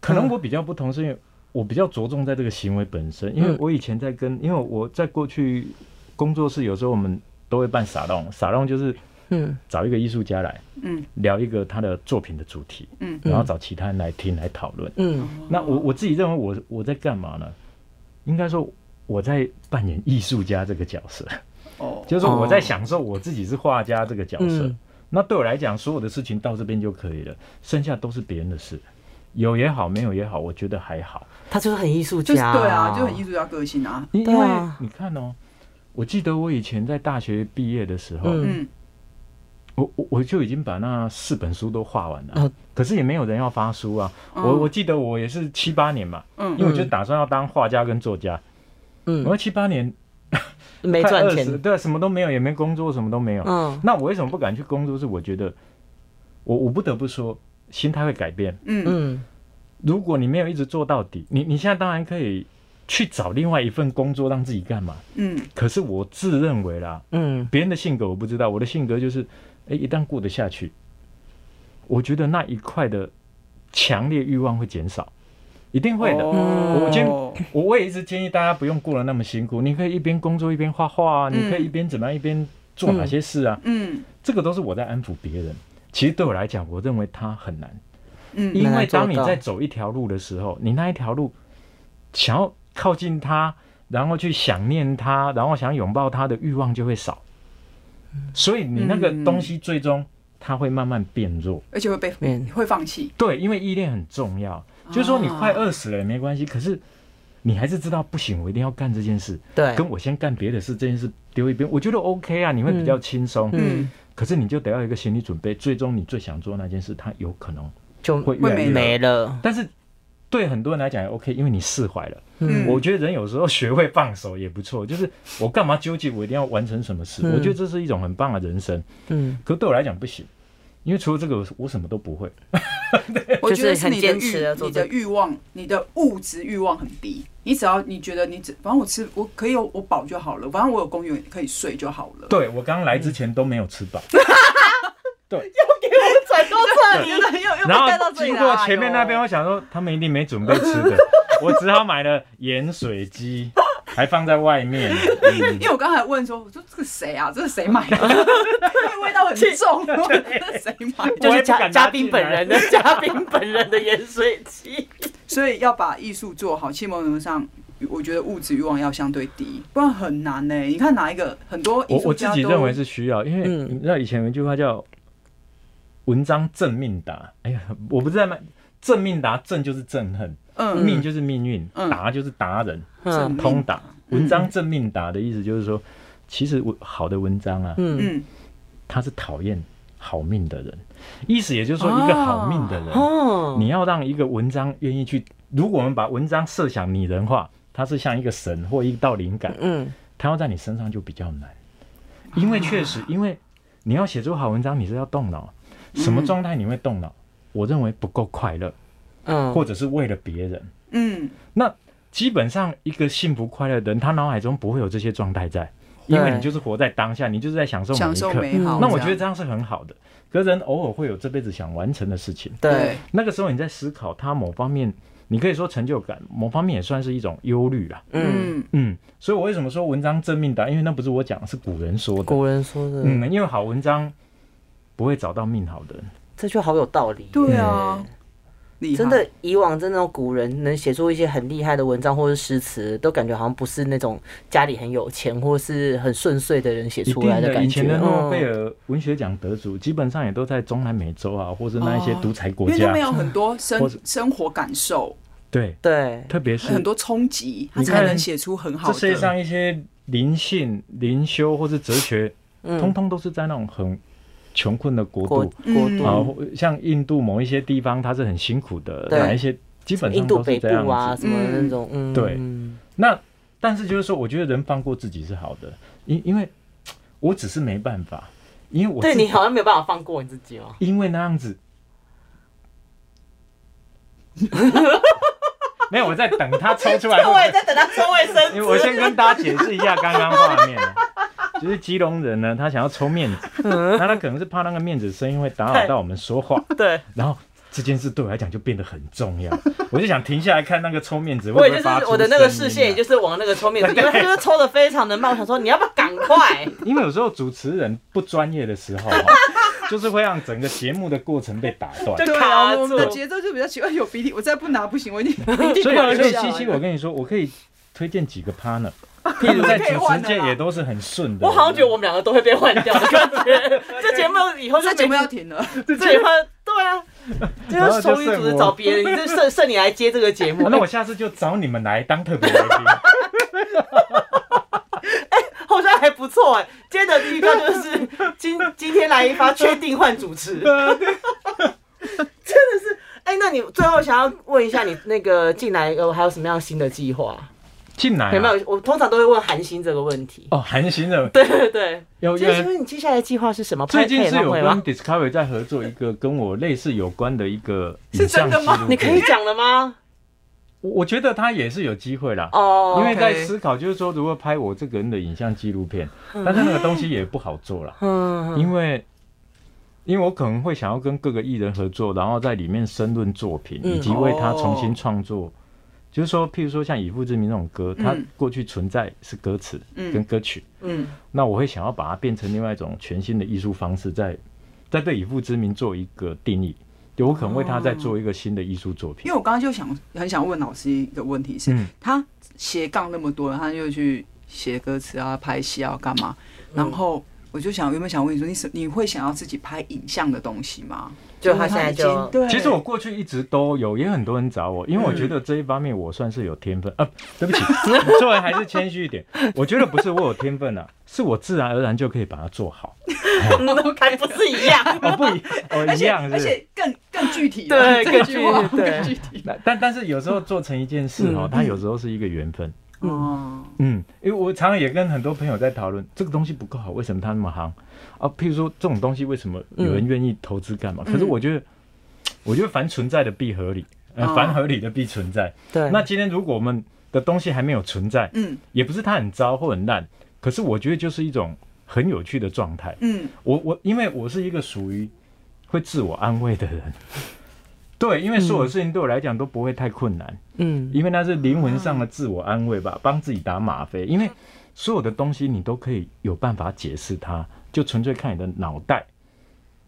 Speaker 1: 可能
Speaker 2: 嗯
Speaker 1: 我比较不同，是因为我比较着重在这个行为本身，因为
Speaker 2: 嗯
Speaker 1: 我以前在跟，因为我在过去工作室，有时候我们都会办沙龙，沙龙就是
Speaker 2: 嗯，
Speaker 1: 找一个艺术家来
Speaker 3: 嗯
Speaker 1: 聊一个他的作品的主题，
Speaker 3: 嗯
Speaker 1: 然后找其他人来听来讨论。
Speaker 2: 嗯，
Speaker 1: 那我我自己认为我我在干嘛呢？应该说我在扮演艺术家这个角色，
Speaker 3: 哦，
Speaker 1: 就是说我在
Speaker 2: 哦
Speaker 1: 享受我自己是画家这个角色。
Speaker 2: 嗯
Speaker 1: 那对我来讲，所有的事情到这边就可以了，剩下都是别人的事，有也好，没有也好，我觉得还好。
Speaker 2: 他就是很艺术
Speaker 3: 就是
Speaker 2: 家，
Speaker 3: 对啊，就很艺术家个性啊，
Speaker 1: 因
Speaker 2: 对
Speaker 1: 因为
Speaker 2: 啊
Speaker 1: 你看哦，我记得我以前在大学毕业的时候，
Speaker 2: 嗯
Speaker 3: 嗯
Speaker 1: 我我我就已经把那四本书都画完了，
Speaker 2: 嗯
Speaker 1: 可是也没有人要发书啊。
Speaker 3: 嗯
Speaker 1: 我我记得我也是七八年嘛，因为
Speaker 3: 嗯
Speaker 1: 我就打算要当画家跟作家，我
Speaker 2: 嗯，
Speaker 1: 说七八年
Speaker 2: 没
Speaker 1: 快
Speaker 2: 赚
Speaker 1: 20
Speaker 2: 钱，
Speaker 1: 对，什么都没有，也没工作，什么都没有。
Speaker 2: 嗯
Speaker 1: 那我为什么不敢去工作？是我觉得，我我不得不说，心态会改变。
Speaker 3: 嗯
Speaker 2: 嗯，
Speaker 1: 如果你没有一直做到底，你你现在当然可以去找另外一份工作让自己干嘛。
Speaker 3: 嗯
Speaker 1: 可是我自认为啦，
Speaker 2: 嗯，
Speaker 1: 别人的性格我不知道，我的性格就是，哎、一旦过得下去，我觉得那一块的强烈欲望会减少，一定会的。
Speaker 3: 哦
Speaker 1: 我今天我我也一直建议大家不用过得那么辛苦，你可以一边工作一边画画啊，
Speaker 3: 嗯
Speaker 1: 你可以一边怎么样一边做哪些事啊，
Speaker 3: 嗯
Speaker 1: 这个都是我在安抚别人。其实对我来讲，我认为它很难，
Speaker 3: 嗯
Speaker 1: 因
Speaker 2: 难
Speaker 1: 为
Speaker 2: 做
Speaker 1: 当你
Speaker 2: 到
Speaker 1: 在走一条路的时候，你那一条路想要靠近它，然后去想念它，然后想拥抱它的欲望就会少，所以你那个
Speaker 3: 嗯
Speaker 1: 东西最终它会慢慢变弱。
Speaker 3: 而且会被
Speaker 2: 嗯啊
Speaker 3: 会放弃，
Speaker 1: 对，因为依恋很重要，就是说你快饿死了也没关系，可是你还是知道不行，我一定要干这件事，
Speaker 2: 对，
Speaker 1: 跟我先干别的事这件事丢一边，我觉得 OK 啊，你会比较轻松。
Speaker 3: 嗯
Speaker 1: 可是你就得要有一个心理准备，最终你最想做那件事，它有可能。
Speaker 2: 就
Speaker 1: 会越
Speaker 3: 来越
Speaker 2: 没了。
Speaker 1: 但是对很多人来讲也 OK，因为你释怀了。
Speaker 3: 嗯
Speaker 1: 我觉得人有时候学会放手也不错，就是我干嘛纠结我一定要完成什么事？
Speaker 2: 嗯
Speaker 1: 我觉得这是一种很棒的人生。
Speaker 2: 嗯，
Speaker 1: 可对我来讲不行，因为除了这个我我什么都不会。
Speaker 3: 我觉得
Speaker 2: 就是
Speaker 3: 是
Speaker 2: 很
Speaker 3: 你的
Speaker 2: 坚持地
Speaker 3: 欲、
Speaker 2: 做
Speaker 3: 你
Speaker 2: 这
Speaker 3: 的
Speaker 2: 个
Speaker 3: 欲望、你的物质欲望很低。你只要你觉得你只，反正我吃我可以有我饱就好了，反正我有公园可以睡就好了。嗯
Speaker 1: 对我刚来之前都没有吃饱。对，
Speaker 2: 给我转到这里，
Speaker 3: 真的又又被
Speaker 1: 然
Speaker 3: 带到
Speaker 1: 后
Speaker 3: 这里
Speaker 1: 经
Speaker 3: 来
Speaker 1: 过前面那边，
Speaker 3: 哎
Speaker 1: 我想说他们一定没准备吃的，我只好买了盐水鸡，还放在外 面。嗯
Speaker 3: 呦因为我刚才问说，我说这个谁啊？这是谁买 的？因为味道很重，我说这谁买的？
Speaker 2: 就是
Speaker 1: 我也不
Speaker 2: 嘉
Speaker 1: 敢拿
Speaker 2: 嘉宾本 人的嘉宾本人的盐水 鸡。
Speaker 3: 所以要把艺术做好，其某种程度上，我觉得物质欲望要相对低，不然很难呢、你看哪一个很多艺
Speaker 1: 我
Speaker 3: 术
Speaker 1: 我自
Speaker 3: 家
Speaker 1: 己
Speaker 3: 都
Speaker 1: 认为是需要，因为
Speaker 2: 嗯
Speaker 1: 你知道以前有一句话叫“文章正命达”，哎呀，我不是在骂正命达，正就是憎恨，
Speaker 3: 嗯
Speaker 1: 命就是命运，
Speaker 3: 嗯
Speaker 1: 达就是达人，
Speaker 3: 嗯
Speaker 2: 嗯
Speaker 1: 通达。文章正命达的意思就是说，其实我好的文章啊，
Speaker 2: 嗯，
Speaker 3: 嗯
Speaker 1: 他是讨厌好命的人，意思也就是说，一个好命的人，
Speaker 2: 哦，
Speaker 1: 你要让一个文章愿意去，如果我们把文章设想拟人化，它是像一个神或一道灵感，
Speaker 2: 嗯
Speaker 1: 它要在你身上就比较难，因为确实，因为你要写出好文章，你是要动脑，什么状态你会动脑？我认为不够快乐，
Speaker 2: 嗯，
Speaker 1: 或者是为了别人。
Speaker 3: 嗯，
Speaker 1: 那基本上一个幸福快乐的人，他脑海中不会有这些状态在，因为
Speaker 2: 对
Speaker 1: 你就是活在当下，你就是在享受每
Speaker 3: 享
Speaker 1: 一
Speaker 3: 受
Speaker 1: 刻。
Speaker 3: 美好。
Speaker 1: 那我觉得
Speaker 3: 这
Speaker 1: 这样是很好的，可是人偶尔会有这辈子想完成的事情，
Speaker 3: 样
Speaker 2: 对，
Speaker 1: 那个时候你在思考他某方面，你可以说成就感，某方面也算是一种忧虑啦。
Speaker 3: 对，
Speaker 2: 嗯，
Speaker 3: 嗯
Speaker 1: 嗯，所以我为什么说文章正命达？因为那不是我讲，是古人说的。
Speaker 2: 古人说的，
Speaker 1: 嗯，因为好文章不会找到命好的人。
Speaker 2: 这句好有道理。
Speaker 3: 对
Speaker 1: 嗯
Speaker 3: 啊，厉害
Speaker 2: 真的，以往真的古人能写出一些很厉害的文章或是诗词，都感觉好像不是那种家里很有钱或是很顺遂的人写
Speaker 1: 一
Speaker 2: 出
Speaker 1: 定
Speaker 2: 来
Speaker 1: 的，以
Speaker 2: 感觉。
Speaker 1: 前的诺贝
Speaker 2: 嗯
Speaker 1: 尔文学奖得主基本上也都在中南美洲啊，或是那一些
Speaker 3: 哦
Speaker 1: 独裁
Speaker 3: 因
Speaker 1: 国
Speaker 3: 为他
Speaker 1: 家
Speaker 3: 们。有很多
Speaker 1: 或
Speaker 3: 生
Speaker 1: 者
Speaker 3: 生活感受，
Speaker 1: 对，
Speaker 2: 嗯对，
Speaker 1: 特别是
Speaker 3: 很多冲击，他
Speaker 1: 你
Speaker 3: 才
Speaker 1: 看
Speaker 3: 能写出很好
Speaker 1: 这
Speaker 3: 的。
Speaker 1: 世界上一些灵性、灵修或是哲学，通
Speaker 2: 嗯，
Speaker 1: 通都是在那种很穷困的国
Speaker 2: 国
Speaker 1: 度
Speaker 2: 国。度，
Speaker 1: 啊
Speaker 3: 嗯，
Speaker 1: 像印度某一些地方它是很辛苦的，
Speaker 2: 对
Speaker 1: 哪一些基本
Speaker 2: 印
Speaker 1: 上
Speaker 2: 度
Speaker 1: 都是
Speaker 2: 北
Speaker 1: 这样
Speaker 2: 部啊，
Speaker 1: 子。
Speaker 2: 什么那种，嗯，
Speaker 1: 对
Speaker 2: 嗯
Speaker 1: 那但是就是说，我觉得人放过自己是好的，因因为我只是没办法，因为我
Speaker 2: 对
Speaker 1: 自己
Speaker 2: 你好像没有办法放过你自 己哦。
Speaker 1: 因为那样 子，没有我在等他抽 出来
Speaker 2: 这我也
Speaker 1: 会
Speaker 2: 在等他抽卫生
Speaker 1: 不会。因为我先跟大家解释一下刚刚画 面啊，就是基隆人呢，他想要抽面子，那他可能是怕那个面子声音会打扰到我们说话，
Speaker 2: 嗯对，
Speaker 1: 然后这件事对我来讲就变得很重 要，我就想停下来看那个抽面子会不
Speaker 2: 我也
Speaker 1: 会
Speaker 2: 就是
Speaker 1: 发出
Speaker 2: 我的那个视
Speaker 1: 声
Speaker 2: 线，
Speaker 1: 音啊
Speaker 2: 也就是往那个抽面子，因为他就是抽的非常的慢。我想说，你要不要赶 快？
Speaker 1: 因为有时候主持人不专业的时 候啊，就是会让整个节目的过程被打断。
Speaker 2: 就
Speaker 3: 对
Speaker 2: 卡
Speaker 3: 啊，
Speaker 2: 住
Speaker 3: 我们的节奏就比较奇怪，有比例，我再不拿不行， 我已经
Speaker 1: 所以，所以西西，
Speaker 2: 啊
Speaker 3: 西
Speaker 1: 我跟你说，我可以推荐几个 partner，譬如在主持界也都是很顺的。
Speaker 2: 我好像觉得我们两个都会被换掉的感 觉。这节目以后就
Speaker 3: 这节目
Speaker 2: 没
Speaker 3: 要停了。
Speaker 2: 这节目 对啊，就
Speaker 1: 然
Speaker 2: 要
Speaker 1: 后
Speaker 2: 收
Speaker 1: 就
Speaker 2: 一
Speaker 1: 剩
Speaker 2: 组织
Speaker 1: 我
Speaker 2: 找别人， 你就剩剩你来接这个节目
Speaker 1: 啊。那我下次就找你们来当特别来宾。
Speaker 2: 好像还不错哎。今天的预告就是 今今天来一发，确定换主持，真 的是。哎、那你最后想要问一下，你那个进来呃还有什么样新的计划？
Speaker 1: 进来啊
Speaker 2: 有没有？我通常都会问韩星这个 问题。
Speaker 1: 哦，韩星的
Speaker 2: 对对 对，
Speaker 1: 有
Speaker 2: 所以请
Speaker 1: 有。
Speaker 2: 问你接下来计划是什么？拍
Speaker 1: 最近
Speaker 2: 演
Speaker 1: 是
Speaker 2: 唱
Speaker 1: 有
Speaker 2: 会
Speaker 1: 跟
Speaker 2: 吗？
Speaker 1: Discovery 在合作一个跟我类似有关的一 个
Speaker 3: 是
Speaker 1: 影像
Speaker 3: 真的
Speaker 1: 记
Speaker 3: 吗
Speaker 1: 录片。
Speaker 2: 你可以讲了吗？
Speaker 1: 我，我觉得他也是有机会啦。
Speaker 2: 哦，
Speaker 1: 因为在
Speaker 3: OK
Speaker 1: 思考，就是说如何拍我这个人的影像纪录片，但是那个东西也不好做了，
Speaker 2: 嗯，
Speaker 1: 因为因为我可能会想要跟各个艺人合作，然后在里面申论作品，
Speaker 2: 嗯
Speaker 1: 以及为他重新创作。就是说，譬如说像《以父之名》那种歌，它
Speaker 3: 嗯
Speaker 1: 过去存在是歌词
Speaker 3: 嗯
Speaker 1: 跟歌曲，
Speaker 3: 嗯，
Speaker 1: 那我会想要把它变成另外一种全新的艺术方式在，在对《以父之名》做一个定义，就我可能为他再做一个新的艺术作
Speaker 3: 因
Speaker 1: 品。
Speaker 3: 为我刚刚就想很想问老师一个问题是，
Speaker 1: 嗯
Speaker 3: 他斜杠那么多，他就去写歌词啊、拍戏啊、干嘛？
Speaker 1: 嗯
Speaker 3: 然后我就想，有没有想问你说，你是你会想要自己拍影像的东西吗？
Speaker 2: 就
Speaker 3: 因
Speaker 2: 他
Speaker 3: 为
Speaker 2: 现在
Speaker 3: 已经
Speaker 2: 就
Speaker 3: 对，嗯
Speaker 1: 其实我过去一直都有，也很多人找我，因为我觉得这一方面我算是有天分、 啊。对不起，作为还是谦虚一点， 我觉得不是我有天分啊，是我自然而然就可以把它做 好。
Speaker 2: 还不是一样？
Speaker 1: 哦不一，哦
Speaker 3: 而
Speaker 1: 一
Speaker 3: 且
Speaker 1: 样是
Speaker 3: 而
Speaker 1: 不是。
Speaker 3: 且更更具体
Speaker 2: 对
Speaker 3: 了，这句话
Speaker 2: 更具体对
Speaker 3: 更具体
Speaker 1: 那但但是有时候做成一件事哦
Speaker 2: 嗯，
Speaker 1: 它有时候是一个缘分。
Speaker 2: 嗯
Speaker 3: 哦，
Speaker 1: 嗯，因为我常常也跟很多朋友在讨论这个东西不够好，为什么它那么夯啊？譬如说这种东西为什么有
Speaker 3: 嗯
Speaker 1: 人愿意投资干嘛？可是我觉得，我觉得凡存在的必合理，呃，
Speaker 3: 哦
Speaker 1: 凡合理的必存在。
Speaker 2: 对，
Speaker 1: 那今天如果我们的东西还没有存在，
Speaker 3: 嗯
Speaker 1: 也不是它很糟或很烂，可是我觉得就是一种很有趣的状态。
Speaker 3: 嗯
Speaker 1: 我我因为我是一个属于会自我安慰的人。 对，因为所有事情对我来讲都不会太困难，
Speaker 2: 嗯，
Speaker 1: 因为那是灵魂上的自我安慰吧，帮自己打吗啡。因为所有的东西你都可以有办法解释它，就纯粹看你的脑袋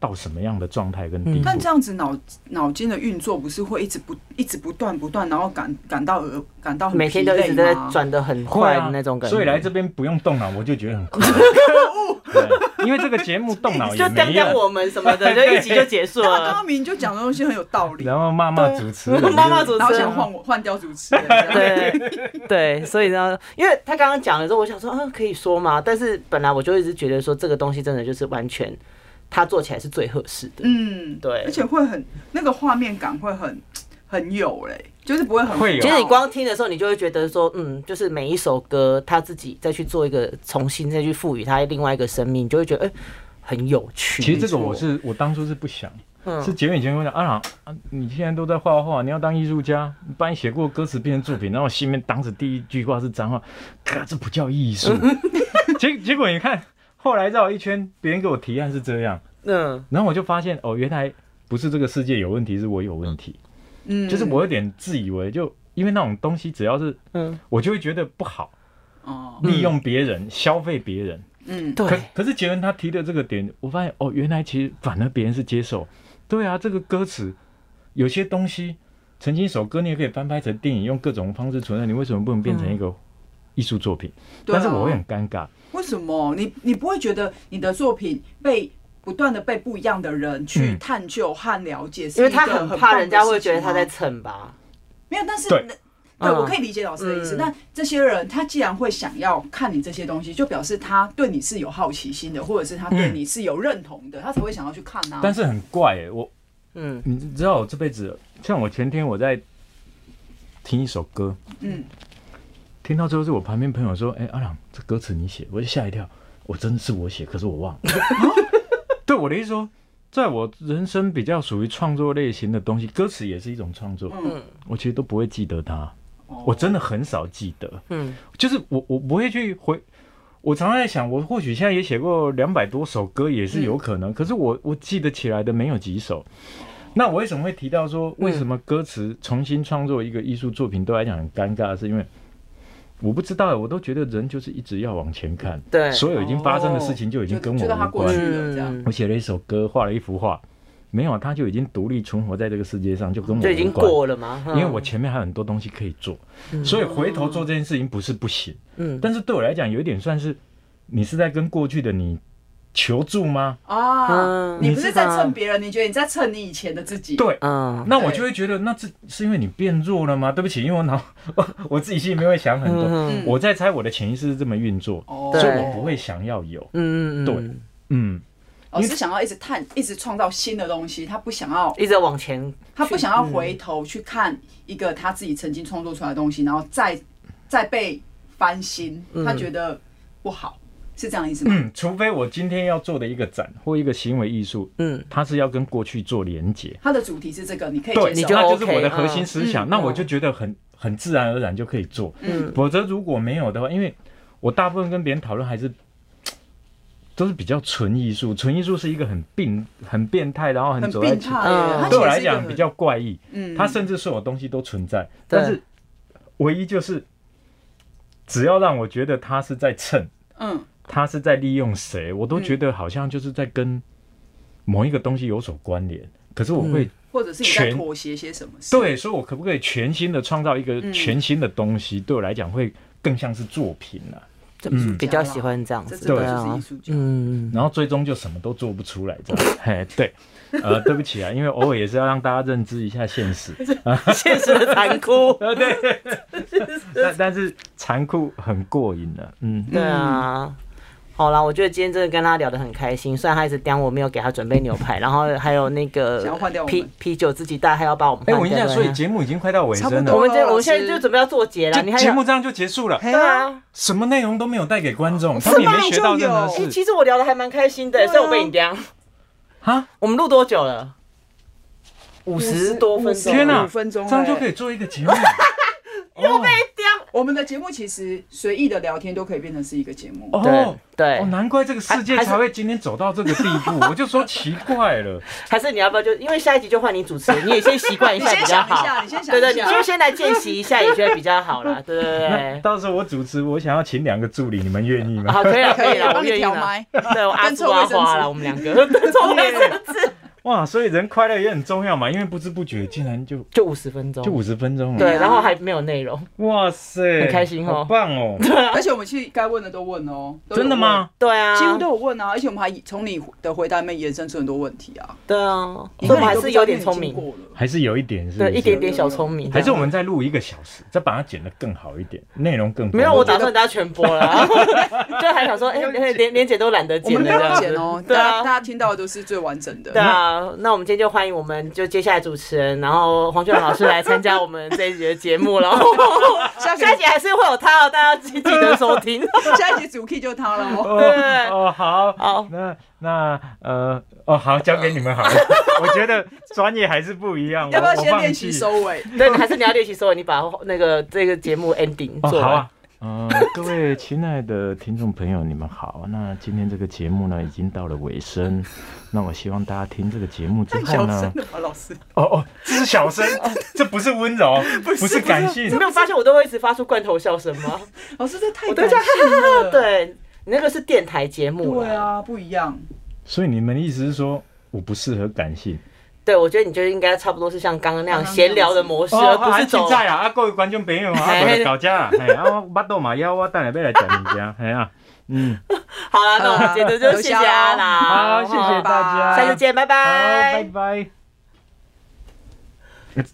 Speaker 1: 到什么样的状态跟地
Speaker 2: 嗯
Speaker 1: 步。
Speaker 3: 但这样子脑脑筋的运作不是会一直不一直不断不断，然后感感到呃感到很
Speaker 2: 每天
Speaker 3: 疲
Speaker 2: 都一
Speaker 3: 累
Speaker 2: 直在
Speaker 3: 吗
Speaker 2: 转的很
Speaker 1: 会
Speaker 2: 快
Speaker 1: 啊
Speaker 2: 的那种感觉。
Speaker 1: 所以来这边不用动脑，我就觉得很快。可恶！因为这个节目动脑
Speaker 2: 就
Speaker 1: 也
Speaker 2: 刚
Speaker 1: 没
Speaker 2: 刚
Speaker 1: 用，
Speaker 2: 我们什么 的，就一集就结束
Speaker 3: 那啊刚
Speaker 2: 了。
Speaker 3: 刚明明就讲的东西很有道理，
Speaker 1: 然后骂骂主持人，
Speaker 2: 妈妈主
Speaker 3: 然后
Speaker 2: 持人
Speaker 3: 想换我换掉主持人，这样
Speaker 2: 对对，所以呢，因为他刚刚讲的时候，我想说，嗯，可以说吗？但是本来我就一直觉得说，这个东西真的就是完全他做起来是最合适的。
Speaker 3: 嗯，
Speaker 2: 对
Speaker 3: 而且会很那个画面感会很很有嘞、就是不会很
Speaker 1: 会有
Speaker 2: 其实你光听的时候，你就会觉得说，嗯，就是每一首歌他自己再去做一个重新再去赋予它另外一个生命，你就会觉得哎、很有趣。
Speaker 1: 其实这个我是我当初是不想，
Speaker 2: 嗯
Speaker 1: 是杰远以前跟我讲，阿朗、啊，你现在都在画画，你要当艺术家，你把你写过的歌词变成作品，然后我心里面当时第一句话是脏话，可这不叫艺 术。结结果你看，后来绕一圈，别人给我提案是这样，
Speaker 2: 嗯
Speaker 1: 然后我就发现哦，原来不是这个世界有问题，是我有问题，
Speaker 3: 嗯，
Speaker 1: 就是我有点自以为，就因为那种东西只要是
Speaker 2: 嗯，
Speaker 1: 我就会觉得不好，
Speaker 3: 哦，
Speaker 1: 利用别人，消费别人。
Speaker 3: 嗯，
Speaker 1: 可
Speaker 2: 对。
Speaker 1: 可是杰伦他提的这个点，我发现哦，原来其实反而别人是接受。对啊，这个歌词有些东西，曾经一首歌你也可以翻拍成电影，用各种方式存在，你为什么不能变成一个艺术作品？
Speaker 3: 对
Speaker 1: 但
Speaker 3: 啊
Speaker 1: 是我会很尴尬，
Speaker 3: 为什么你你不会觉得你的作品被不断的被不一样的人去
Speaker 1: 嗯
Speaker 3: 探究和了解，是
Speaker 2: 因为
Speaker 3: 一
Speaker 2: 他
Speaker 3: 个
Speaker 2: 很
Speaker 3: 很
Speaker 2: 怕
Speaker 3: 棒
Speaker 2: 人
Speaker 3: 的
Speaker 2: 家
Speaker 3: 事
Speaker 2: 会觉得
Speaker 3: 情
Speaker 2: 他在
Speaker 3: 吗
Speaker 2: 蹭吧，
Speaker 3: 没有，但是
Speaker 1: 对
Speaker 3: 那对，
Speaker 2: 嗯
Speaker 3: 我可以理解老师的意思。
Speaker 2: 嗯
Speaker 3: 那这些人他既然会想要看你这些东西，就表示他对你是有好奇心的，或者是他对你是有认同的，他才会想要去看啊。
Speaker 1: 但是很怪、欸、我，
Speaker 2: 嗯
Speaker 1: 你知道我这辈子，像我前天我在听一首歌，
Speaker 3: 嗯，
Speaker 1: 听到最后是我旁边朋友说：“哎、阿朗，这歌词你写。”我就吓一跳，我真的是我写，可是我忘了。 对我的意思说，在我人生比较属于创作类型的东西，歌词也是一种创作，
Speaker 3: 嗯
Speaker 1: 我其实都不会记得它，
Speaker 3: 哦
Speaker 1: 我真的很少记得，
Speaker 2: 嗯，
Speaker 1: 就是我我不会去回。我常常在想，我或许现在也写过两百多首歌，也是有可
Speaker 3: 嗯
Speaker 1: 能。可是我我记得起来的没有几首。那我为什么会提到说，为什么歌词重新创作一个艺术作品对我来讲很尴尬？是因为我不知道，我都觉得人就是一直要往前看，
Speaker 2: 对
Speaker 1: 所有已经发生的事情就已经
Speaker 3: 哦
Speaker 1: 跟我
Speaker 3: 就就让它
Speaker 1: 无
Speaker 3: 过
Speaker 1: 关
Speaker 3: 去。
Speaker 2: 嗯，
Speaker 1: 我写了一首歌，画了一幅画，没有，它就已经独立存活在这个世界上，就跟我
Speaker 2: 就已经
Speaker 1: 无关。
Speaker 2: 过了嗯嘛，
Speaker 1: 因为我前面还有嗯很多东西可以做，所以回头做这件事情不是不行，
Speaker 2: 嗯
Speaker 1: 但是对我来讲有一点算是，你是在跟过去的你求助吗？
Speaker 3: 啊，
Speaker 2: 嗯
Speaker 3: 你不是在
Speaker 2: 你知道
Speaker 3: 蹭别人，你觉得你在蹭你以前的自己？，
Speaker 1: 对，
Speaker 2: 嗯，
Speaker 1: 那我就会觉得那这是因为你变弱了吗？对不起，因为我脑 我自己心里面会想很多，
Speaker 2: 嗯
Speaker 1: 我在猜我的潜意识是这么运作，
Speaker 3: 哦，
Speaker 1: 所以
Speaker 2: 对
Speaker 1: 我不会想要有，
Speaker 2: 嗯嗯嗯，
Speaker 1: 对嗯，
Speaker 3: 老师想要一直探，一直创造新的东西，他不想要，
Speaker 2: 一直往前，
Speaker 3: 他不想要
Speaker 2: 嗯
Speaker 3: 回头去看一个他自己曾经创作出来的东西，然后再再被翻新，他
Speaker 2: 嗯
Speaker 3: 觉得不好，是这样的意思吗？
Speaker 1: 嗯除非我今天要做的一个展或一个行为艺术，
Speaker 2: 嗯，
Speaker 1: 它是要跟过去做连接，
Speaker 3: 他的主题是这个，你可以
Speaker 1: 对，
Speaker 3: 接
Speaker 2: 你就
Speaker 3: 受。
Speaker 1: 那就是
Speaker 2: OK，
Speaker 1: 我的核心思想，
Speaker 3: 嗯
Speaker 1: 那我就觉得很很自然而然就可以做。
Speaker 3: 嗯
Speaker 1: 否则如果没有的话，因为我大部分跟别人讨论还是嗯都是比较纯艺术，纯艺术是一个很病、很变态，然后很
Speaker 3: 很
Speaker 1: 走在
Speaker 3: 病
Speaker 1: 前
Speaker 3: 态
Speaker 2: 嗯
Speaker 3: 耶，它其实是一个很
Speaker 1: 对我来讲比较怪异。
Speaker 3: 嗯，
Speaker 1: 它甚至所有东西都存在，
Speaker 2: 对
Speaker 1: 但是唯一就是只要让我觉得他是在蹭，
Speaker 3: 嗯
Speaker 1: 他是在利用谁，我都觉得好像就是在跟某一个东西有所关联。可是我会
Speaker 3: 或者是你在
Speaker 1: 全
Speaker 3: 妥协些什么事？，
Speaker 1: 对，所以我可不可以全新的创造一个全新的东西？对我来讲，会更像是作品啊了、
Speaker 2: 嗯
Speaker 1: 嗯
Speaker 2: 比较喜欢这样
Speaker 3: 这
Speaker 2: 子，
Speaker 3: 真
Speaker 1: 对
Speaker 3: 的
Speaker 2: 对
Speaker 3: 就是
Speaker 2: 啊
Speaker 3: 艺，术家。
Speaker 2: 嗯，
Speaker 1: 然后最终就什么都做不出来，这样。嘿，对，呃，对不起啊，因为偶尔也是要让大家认知一下现实。
Speaker 2: 现实的残酷，
Speaker 1: 呃，对，但但是残酷很过瘾的、嗯，
Speaker 2: 对啊。好啦，我觉得今天真的跟他聊得很开心。虽然他一直刁我没有给他准备牛 排，然后还有那个
Speaker 3: 想要换掉我们
Speaker 2: 啤啤酒自己带，还要把我们
Speaker 1: 哎、
Speaker 2: 换
Speaker 1: 我跟你
Speaker 2: 掉。
Speaker 1: 讲，所以
Speaker 2: 对
Speaker 1: 节目已经快到尾声
Speaker 3: 差不
Speaker 2: 我
Speaker 1: 了
Speaker 3: 多，
Speaker 2: 们这我
Speaker 3: 老
Speaker 2: 们
Speaker 3: 师
Speaker 2: 现在就准备要做结了，你
Speaker 1: 就
Speaker 2: 还
Speaker 1: 节
Speaker 2: 想
Speaker 1: 目这样就结束了，
Speaker 2: 对啊？
Speaker 1: 什么内容都没有带给观众，他们也没学到任何
Speaker 2: 哎、
Speaker 1: 事
Speaker 2: 其实我聊得还蛮开心的，所以我被你刁。
Speaker 1: 啊！
Speaker 2: 我们录多久了？五十多分钟。啊
Speaker 1: 天哪、
Speaker 3: 五分钟
Speaker 1: 这样就
Speaker 3: 哎
Speaker 1: 可以做一个节目， 又被
Speaker 3: 我们的节目其实随意的聊天都可以变成是一个节目。
Speaker 1: 哦
Speaker 2: 对
Speaker 1: 哦，
Speaker 2: 对，
Speaker 1: 难怪这个世界
Speaker 2: 还还是
Speaker 1: 才会今天走到这个地 步，我就说奇怪了。
Speaker 2: 还是你要不要就因为下一集就换你主持，你也先习惯一
Speaker 3: 你
Speaker 2: 下比
Speaker 3: 先
Speaker 2: 较
Speaker 3: 想一
Speaker 2: 好。
Speaker 3: 下，你先想
Speaker 2: 对
Speaker 3: 一
Speaker 2: 对，你
Speaker 3: 下
Speaker 2: 就。先来见习一下，也觉得比较好啦。对对
Speaker 1: 那
Speaker 2: 对啊
Speaker 1: 到时候我主持，我想要请两个助理，你们愿意
Speaker 2: 对，
Speaker 1: 吗？
Speaker 2: 好，可以了，
Speaker 3: 可以
Speaker 2: 了
Speaker 3: 了，，
Speaker 2: 我
Speaker 3: 帮你
Speaker 2: 愿意
Speaker 3: 调
Speaker 2: 了。
Speaker 3: 麦。
Speaker 2: 对，我阿
Speaker 3: 跟
Speaker 2: 朱
Speaker 3: 臭
Speaker 2: 阿
Speaker 3: 卫生
Speaker 2: 花
Speaker 3: 纸
Speaker 2: 了，我们两个 跟臭卫生纸
Speaker 1: 哇，所以人快乐也很重要嘛，因为不知不觉竟然就
Speaker 2: 就五十分钟，
Speaker 1: 就五十分钟了。
Speaker 2: 对，然后还没有内容。
Speaker 1: 哇塞，
Speaker 2: 很开心哦
Speaker 1: 好棒 哦！
Speaker 3: 而且我们其实该问的都问哦，都有
Speaker 1: 真的吗？
Speaker 2: 对啊，
Speaker 3: 问？几乎都有问啊，而且我们还从你的回答里面延伸出很多问题啊。
Speaker 2: 对啊，
Speaker 3: 你
Speaker 2: 所以我
Speaker 3: 看你
Speaker 2: 还
Speaker 3: 都不
Speaker 2: 是
Speaker 3: 知道
Speaker 2: 有
Speaker 3: 你
Speaker 2: 点
Speaker 3: 已
Speaker 2: 聪
Speaker 3: 经
Speaker 2: 明，
Speaker 3: 过了。
Speaker 1: 还是有一点，是不
Speaker 2: 对，
Speaker 1: 是
Speaker 2: 一点点小聪明。啊
Speaker 1: 还是我们再录一个小时，再把它剪得更好一点，内容更丰富
Speaker 2: 没有，我打算大家全播了， 就还想说，哎，连连连姐都懒得
Speaker 3: 我
Speaker 2: 剪
Speaker 3: 们
Speaker 2: 了这
Speaker 3: 没有
Speaker 2: 样
Speaker 3: 剪
Speaker 2: 子
Speaker 3: 哦，大
Speaker 2: 对
Speaker 3: 家
Speaker 2: 啊
Speaker 3: 大。家听到的都是最完整的。
Speaker 2: 对啊，那我们今天就欢迎我们就接下来主持人，然后黄俊朗老师来参加我们这一集的节目 了。
Speaker 3: 下个
Speaker 2: 下一集还是会有他哦，大家记记得收听。
Speaker 3: 下一集主 key 就他了哦。
Speaker 1: 哦
Speaker 2: 对啊
Speaker 1: 哦，好，
Speaker 2: 好，
Speaker 1: 那那呃，哦，好，交给你们好了。我觉得专业还是不一样，
Speaker 3: 要不要
Speaker 1: 我我
Speaker 3: 先
Speaker 1: 放
Speaker 3: 练习
Speaker 1: 弃
Speaker 3: 收尾？
Speaker 2: 对，你还是你要练习收尾，你把那个这个节目 ending
Speaker 1: 哦，
Speaker 2: 做
Speaker 1: 好
Speaker 2: 完
Speaker 1: 啊。。呃，各位亲爱的听众朋友，你们好。那今天这个节目呢，已经到了尾声。那我希望大家听这个节目之
Speaker 3: 太
Speaker 1: 后
Speaker 3: 小
Speaker 1: 呢
Speaker 3: 声，了吧，老师。
Speaker 1: 哦哦，这是小声，这不是温柔，不
Speaker 3: 是
Speaker 1: 是感性
Speaker 2: 你，没有发现我都会一直发出罐头笑声吗？
Speaker 3: 老师，这太
Speaker 2: 我都
Speaker 3: 感
Speaker 2: 这样
Speaker 3: 性了。
Speaker 2: 对，你那个是电台节目
Speaker 3: 啊对
Speaker 2: 了。
Speaker 3: 啊，不一样。
Speaker 1: 所以你们的意思是说我不适合感性？
Speaker 2: 对，我觉得你就应该差不多是像刚刚那样
Speaker 3: 刚刚
Speaker 2: 闲聊的模式，而
Speaker 1: 哦，
Speaker 2: 不
Speaker 1: 啊
Speaker 2: 是走
Speaker 1: 凊彩啊！啊，各位观众朋友啊，
Speaker 2: 嘿
Speaker 1: 啊，我搞家啊，嘿，啊，我巴肚嘛枵，我等下要来吃物件，嘿啊，嗯，
Speaker 2: 好了，那我们今天 就谢谢阿
Speaker 1: 好，
Speaker 2: 郎，
Speaker 1: 谢谢大
Speaker 2: 好
Speaker 1: 家，
Speaker 2: 下次见，拜
Speaker 1: 好，拜
Speaker 2: 拜。
Speaker 1: 拜。